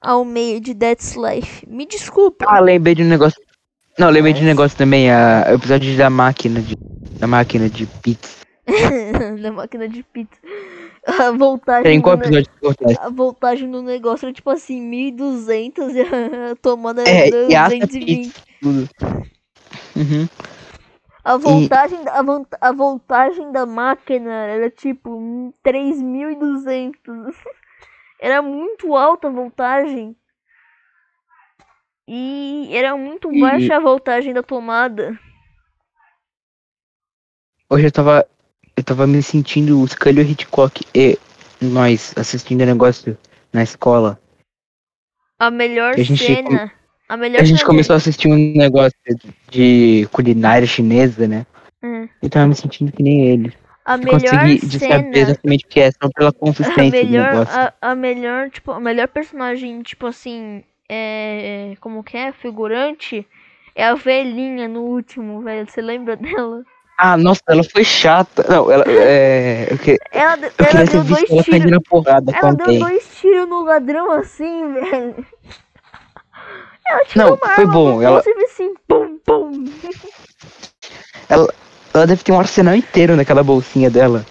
Speaker 1: Ao meio de Dead's Life. Me desculpa.
Speaker 2: Ah, lembrei de um negócio. Não, lembrei de um
Speaker 1: Mas-
Speaker 2: negócio também, a, o episódio da máquina de. Da máquina de pizza.
Speaker 1: Na máquina de pizza. A voltagem,
Speaker 2: Tem
Speaker 1: do,
Speaker 2: qual
Speaker 1: ne-
Speaker 2: episódio que acontece?
Speaker 1: a voltagem do negócio era tipo assim, 1200 e a tomada era
Speaker 2: É, e assa
Speaker 1: 220.
Speaker 2: pizza tudo. Uhum.
Speaker 1: A voltagem, da- a, vant- a voltagem da máquina era tipo hum, 3.200. Era muito alta a voltagem. E era muito
Speaker 2: E-
Speaker 1: baixa a voltagem da tomada.
Speaker 2: Hoje eu tava. Eu tava me sentindo o Scully e o Hitchcock e nós assistindo o negócio na escola.
Speaker 1: A melhor
Speaker 2: A gente
Speaker 1: cena.
Speaker 2: come-
Speaker 1: é A melhor
Speaker 2: A gente
Speaker 1: cena-
Speaker 2: começou a assistir um negócio de culinária chinesa, né?
Speaker 1: Hum.
Speaker 2: Eu tava me sentindo que nem ele.
Speaker 1: A
Speaker 2: Eu consegui
Speaker 1: melhor
Speaker 2: saber
Speaker 1: cena.
Speaker 2: exatamente o que é, só pela
Speaker 1: A
Speaker 2: consistência do
Speaker 1: melhor,
Speaker 2: negócio.
Speaker 1: a, a melhor, tipo, a melhor personagem, tipo assim, é. Como que é? Figurante. É a velhinha no último, velho. Você lembra dela?
Speaker 2: Ah, nossa, ela foi chata. Não, ela. É, eu, que-
Speaker 1: Ela, de-
Speaker 2: eu
Speaker 1: ela
Speaker 2: queria ter
Speaker 1: deu dois
Speaker 2: visto ela
Speaker 1: tiros.
Speaker 2: caindo na porrada com
Speaker 1: Ela deu
Speaker 2: alguém.
Speaker 1: dois tiros no ladrão assim, velho. Ela tirou
Speaker 2: Não,
Speaker 1: uma
Speaker 2: foi
Speaker 1: arma
Speaker 2: bom,
Speaker 1: do
Speaker 2: ela-
Speaker 1: bolso e fez assim, pum, pum.
Speaker 2: Ela deve ter um arsenal inteiro naquela bolsinha dela.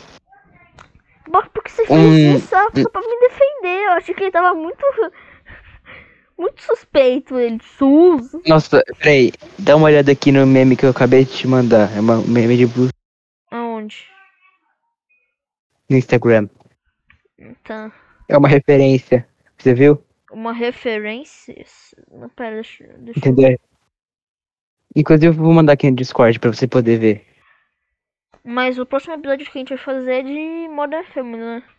Speaker 1: Mas por que você fez
Speaker 2: Hum,
Speaker 1: isso? Só, só pra me defender. Eu achei que ele tava muito... Muito suspeito, ele. Suso.
Speaker 2: Nossa, peraí, dá uma olhada aqui no meme que eu acabei de te mandar. É uma- um meme de Bruce
Speaker 1: Aonde?
Speaker 2: no Instagram.
Speaker 1: Tá.
Speaker 2: É uma referência. Você viu?
Speaker 1: Uma referência? Não, pera, deixa, deixa eu...
Speaker 2: Entendeu? Inclusive, eu vou mandar aqui no Discord pra você poder ver.
Speaker 1: Mas o próximo episódio que a gente vai fazer é de Modern Family, né?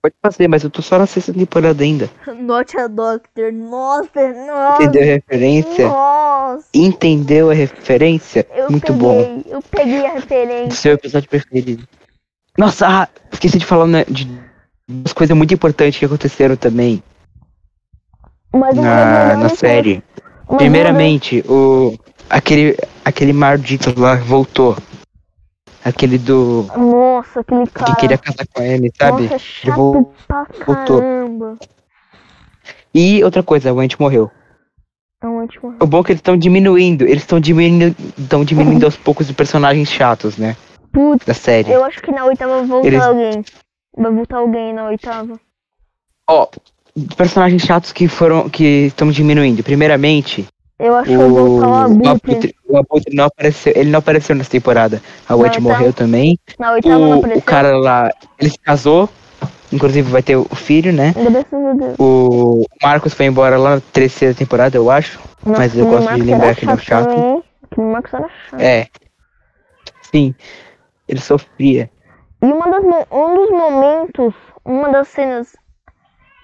Speaker 2: Pode fazer, mas eu tô só na sexta temporada ainda.
Speaker 1: Not a Doctor. Nossa, nossa.
Speaker 2: Entendeu a referência?
Speaker 1: Nossa.
Speaker 2: Entendeu a referência?
Speaker 1: Eu
Speaker 2: Muito
Speaker 1: peguei,
Speaker 2: bom.
Speaker 1: eu peguei a referência.
Speaker 2: Seu episódio preferido. Nossa, ah, esqueci de falar né, de duas coisas muito importantes que aconteceram também
Speaker 1: Mas uma das
Speaker 2: na, na
Speaker 1: melhores
Speaker 2: série.
Speaker 1: coisas- mas
Speaker 2: Primeiramente, o aquele aquele maldito lá voltou. Aquele do
Speaker 1: uma das- Nossa, aquele cara.
Speaker 2: que queria casar com ele, sabe?
Speaker 1: Nossa, é chato
Speaker 2: vou-
Speaker 1: pra
Speaker 2: voltou.
Speaker 1: caramba.
Speaker 2: E outra coisa, o Ant morreu.
Speaker 1: Então, antes de morrer.
Speaker 2: O bom é que eles estão diminuindo, eles estão diminuindo, estão diminuindo aos poucos os personagens chatos, né,
Speaker 1: Putz,
Speaker 2: da série.
Speaker 1: eu acho que na oitava vai voltar
Speaker 2: Eles-
Speaker 1: alguém. Vai voltar alguém na oitava.
Speaker 2: Ó, personagens chatos que foram que estamos diminuindo. Primeiramente,
Speaker 1: Eu acho que vai voltar o
Speaker 2: o, o
Speaker 1: Abutre.
Speaker 2: Abutre, o Abutre não apareceu, ele não apareceu nessa temporada. A Wet
Speaker 1: então-
Speaker 2: morreu também.
Speaker 1: Na oitava não
Speaker 2: O,
Speaker 1: apareceu.
Speaker 2: o cara lá, ele se casou, inclusive vai ter o filho, né?
Speaker 1: Graças a Deus.
Speaker 2: O Marcos foi embora lá na terceira temporada, eu acho. Mas
Speaker 1: Aquele
Speaker 2: eu gosto de
Speaker 1: Marcos
Speaker 2: lembrar
Speaker 1: era
Speaker 2: que ele é um chato.
Speaker 1: também. Aquele Marcos era chato.
Speaker 2: É. Sim. Ele sofria.
Speaker 1: E uma das, mo- um dos momentos, uma das cenas,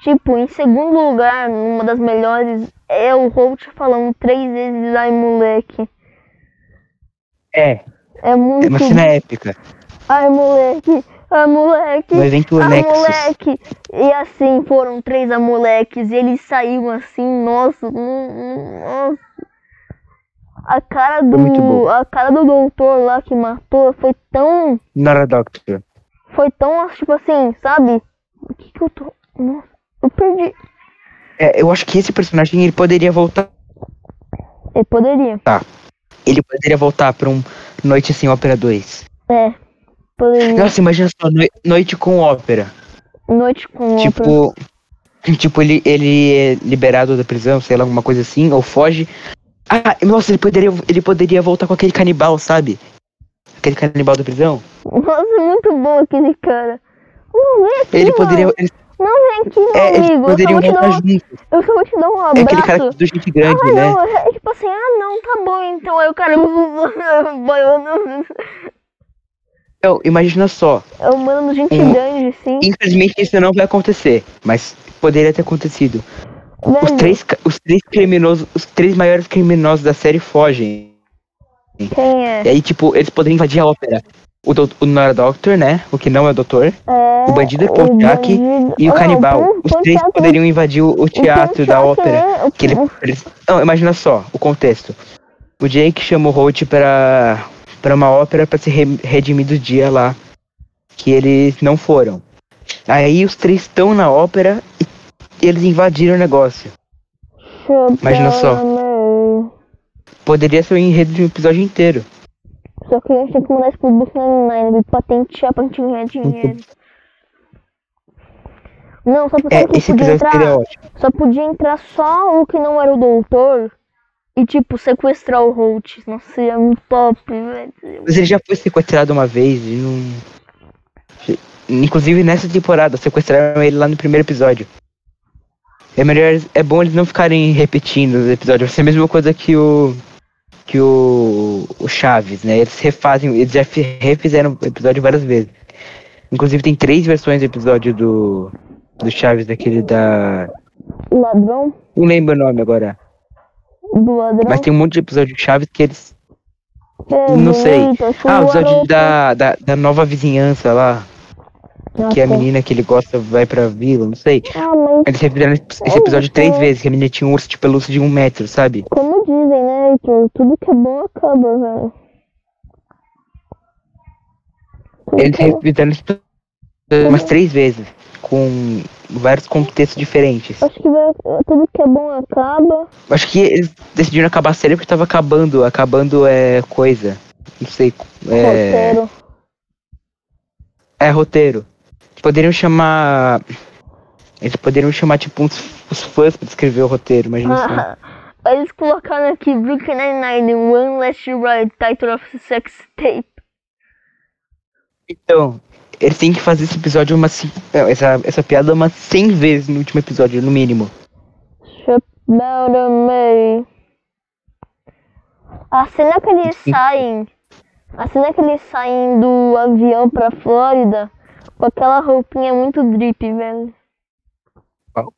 Speaker 1: tipo, em segundo lugar, uma das melhores, é o Holt falando três vezes, ai moleque.
Speaker 2: É,
Speaker 1: É
Speaker 2: é
Speaker 1: muito. Uhum.
Speaker 2: uma cena épica.
Speaker 1: Ai moleque, a moleque.
Speaker 2: No evento
Speaker 1: a
Speaker 2: Nexus.
Speaker 1: Ah, moleque. E assim, foram três a moleques. E eles saíam assim, nossa, hum, hum, nossa. A cara do.
Speaker 2: muito bom.
Speaker 1: A cara do doutor lá que matou foi tão.
Speaker 2: Nora Doctor.
Speaker 1: Foi tão, tipo assim, sabe? O que que eu tô. Nossa, eu perdi.
Speaker 2: É, eu acho que esse personagem ele poderia voltar.
Speaker 1: Eu É, poderia.
Speaker 2: Ele poderia voltar pra um Noite Sem Ópera 2.
Speaker 1: É. Poderia.
Speaker 2: Nossa, imagina só, noi- Noite com Ópera.
Speaker 1: Noite com ópera.
Speaker 2: Tipo. Tipo, ele, ele é liberado da prisão, sei lá, alguma coisa assim, ou foge. Ah, nossa, ele poderia, ele poderia voltar com aquele canibal, sabe? Aquele canibal da prisão.
Speaker 1: Nossa, é muito bom aquele cara. Não vem aqui,
Speaker 2: Ele
Speaker 1: mano.
Speaker 2: poderia. Ele,
Speaker 1: Não vem aqui, meu
Speaker 2: é, eles
Speaker 1: amigo. Eu só,
Speaker 2: poderiam
Speaker 1: vou te dar
Speaker 2: voltar
Speaker 1: um,
Speaker 2: juntos.
Speaker 1: eu só vou te dar um
Speaker 2: É
Speaker 1: abraço.
Speaker 2: aquele cara do gente grande,
Speaker 1: Ah,
Speaker 2: né?
Speaker 1: não, é, é tipo assim, ah não, tá bom então. Aí o cara. Eu, não-
Speaker 2: Então, imagina só.
Speaker 1: eu mando gente
Speaker 2: Hum.
Speaker 1: grande, sim.
Speaker 2: Infelizmente isso não vai acontecer, mas poderia ter acontecido. Os
Speaker 1: Velho,
Speaker 2: três, ca- os três criminosos, os três maiores criminosos da série fogem.
Speaker 1: Quem é?
Speaker 2: E aí, tipo, eles poderiam invadir a ópera. O, do, o Nora Doctor, né? O que não é o doutor.
Speaker 1: É,
Speaker 2: o bandido de Pontiac
Speaker 1: bandido-
Speaker 2: E o
Speaker 1: Ah, então
Speaker 2: canibal.
Speaker 1: Pon-
Speaker 2: Os três
Speaker 1: Pontiac- é
Speaker 2: poderiam invadir o, o
Speaker 1: o
Speaker 2: teatro da
Speaker 1: Pontiac,
Speaker 2: ópera.
Speaker 1: né? O-
Speaker 2: Que ele, eles- não, imagina só o contexto. O Jake chama o Holt pra, pra uma ópera pra se re- redimir do dia lá. Que eles não foram. Aí os três estão na ópera e eles invadiram o negócio. imagina só.
Speaker 1: Chopin,
Speaker 2: Poderia ser o enredo de um episódio inteiro.
Speaker 1: Só que a gente tem que mandar isso pro Book 99 patentear né? pra gente ganhar dinheiro. Não, só porque
Speaker 2: É,
Speaker 1: que
Speaker 2: esse
Speaker 1: podia
Speaker 2: episódio
Speaker 1: entrar.
Speaker 2: seria ótimo.
Speaker 1: Só podia entrar só o que não era o doutor e, tipo, sequestrar o Holt. Nossa, seria muito top, velho.
Speaker 2: Mas ele já foi sequestrado uma vez e não. Inclusive nessa temporada, sequestraram ele lá no primeiro episódio. É melhor. É bom eles não ficarem repetindo os episódios. Vai ser a mesma coisa que o. Que o. O Chaves, né? Eles refazem. Eles já fi- refizeram o episódio várias vezes. Inclusive tem três versões do episódio do. Do Chaves, daquele da.
Speaker 1: O ladrão?
Speaker 2: Não lembro o nome agora.
Speaker 1: Do ladrão?
Speaker 2: Mas tem um monte de episódio de Chaves que eles.
Speaker 1: É,
Speaker 2: não sei.
Speaker 1: bonito, assim,
Speaker 2: Ah, o
Speaker 1: o
Speaker 2: episódio
Speaker 1: garoto.
Speaker 2: da, da, da nova vizinhança lá. Que é a
Speaker 1: Nossa.
Speaker 2: menina que ele gosta vai pra vila, não sei.
Speaker 1: Ah, mas
Speaker 2: Eles refizeram esse
Speaker 1: Tá
Speaker 2: episódio três vezes, que a menina tinha um urso de pelúcia de um metro, sabe?
Speaker 1: como dizem, né, Heitor? Tudo que é bom acaba, velho. Tudo
Speaker 2: Eles
Speaker 1: que é-
Speaker 2: refizeram esse episódio umas três vezes, com vários contextos diferentes.
Speaker 1: Acho que vai- tudo que é bom acaba.
Speaker 2: Acho que eles decidiram acabar a série porque tava acabando, acabando é coisa. Não sei, é,
Speaker 1: Roteiro.
Speaker 2: é roteiro. Poderiam chamar. Eles poderiam chamar, tipo, uns, os fãs pra escrever o roteiro, imagina só.
Speaker 1: Ah, eles colocaram aqui Brooklyn Nine-Nine, One Last Ride, Title of Sex Tape.
Speaker 2: Então, eles têm que fazer esse episódio umas. cin- não, Essa, essa piada umas 100 vezes no último episódio, no mínimo.
Speaker 1: About a Mary. A cena que eles saem, a cena que eles saem do avião pra Flórida, com aquela roupinha muito drip, velho.
Speaker 2: Qual?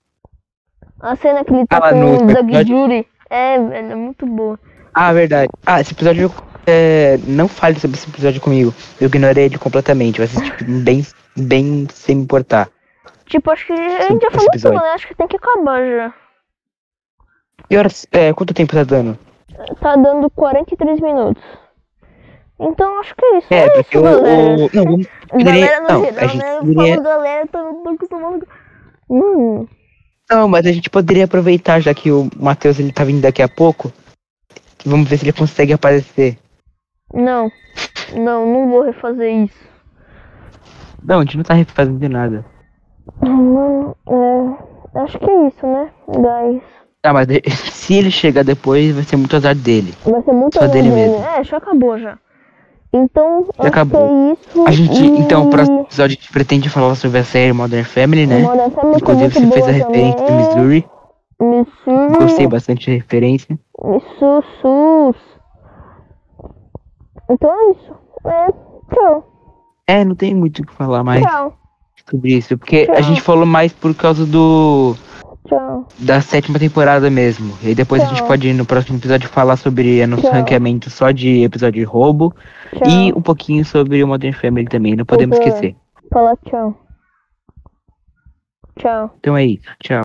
Speaker 1: A cena que ele tá
Speaker 2: Ah, lá
Speaker 1: com
Speaker 2: no
Speaker 1: o Doug
Speaker 2: episódio?
Speaker 1: Jury. É, velho, é muito boa.
Speaker 2: Ah, verdade. Ah, esse episódio. é, não fale sobre esse episódio comigo. Eu ignorei ele completamente. Eu assisti tipo, bem, bem sem me importar.
Speaker 1: Tipo, acho que a gente já falou
Speaker 2: esse
Speaker 1: tudo,
Speaker 2: episódio.
Speaker 1: né? Acho que tem que acabar já.
Speaker 2: E horas. É, quanto tempo tá dando?
Speaker 1: Tá dando 43 minutos. Então acho que é isso.
Speaker 2: É, porque
Speaker 1: isso,
Speaker 2: o.
Speaker 1: galera.
Speaker 2: o- não, vamos.
Speaker 1: Galera no
Speaker 2: não, a
Speaker 1: geral,
Speaker 2: gente
Speaker 1: né? Eu
Speaker 2: poderia-
Speaker 1: falo galera, tô, tô acostumado. Mano,
Speaker 2: Não, mas a gente poderia aproveitar, já que o Matheus ele tá vindo daqui a pouco. Vamos ver se ele consegue aparecer.
Speaker 1: não. Não, não vou refazer isso.
Speaker 2: Não, a gente não tá refazendo nada.
Speaker 1: Mano, Hum, é, acho que é isso, né, guys?
Speaker 2: Ah, mas se ele chegar depois, vai ser muito azar dele.
Speaker 1: Vai ser muito
Speaker 2: Só
Speaker 1: azar
Speaker 2: dele mesmo.
Speaker 1: É, já acabou já. Então, acho
Speaker 2: acabou.
Speaker 1: que é isso.
Speaker 2: A gente,
Speaker 1: e...
Speaker 2: então, o próximo episódio a gente pretende falar sobre a série Modern Family, né?
Speaker 1: Moda até muito,
Speaker 2: Inclusive,
Speaker 1: é muito
Speaker 2: você fez a
Speaker 1: boa
Speaker 2: referência do
Speaker 1: também.
Speaker 2: Missouri.
Speaker 1: Missus,
Speaker 2: Gostei bastante da referência.
Speaker 1: Missus, sus. Então é isso. É, tchau,
Speaker 2: É, não tem muito o que falar mais
Speaker 1: tchau,
Speaker 2: sobre isso, porque a
Speaker 1: Tchau.
Speaker 2: gente falou mais por causa do
Speaker 1: tchau.
Speaker 2: da sétima temporada mesmo. E aí depois a gente
Speaker 1: Tchau.
Speaker 2: pode, no próximo episódio, falar sobre nosso
Speaker 1: Tchau.
Speaker 2: ranqueamento só de episódio de roubo
Speaker 1: tchau.
Speaker 2: e um pouquinho sobre o Modern Family também, não podemos
Speaker 1: Uhum.
Speaker 2: esquecer.
Speaker 3: Fala tchau. Tchau.
Speaker 1: Então é isso. Tchau.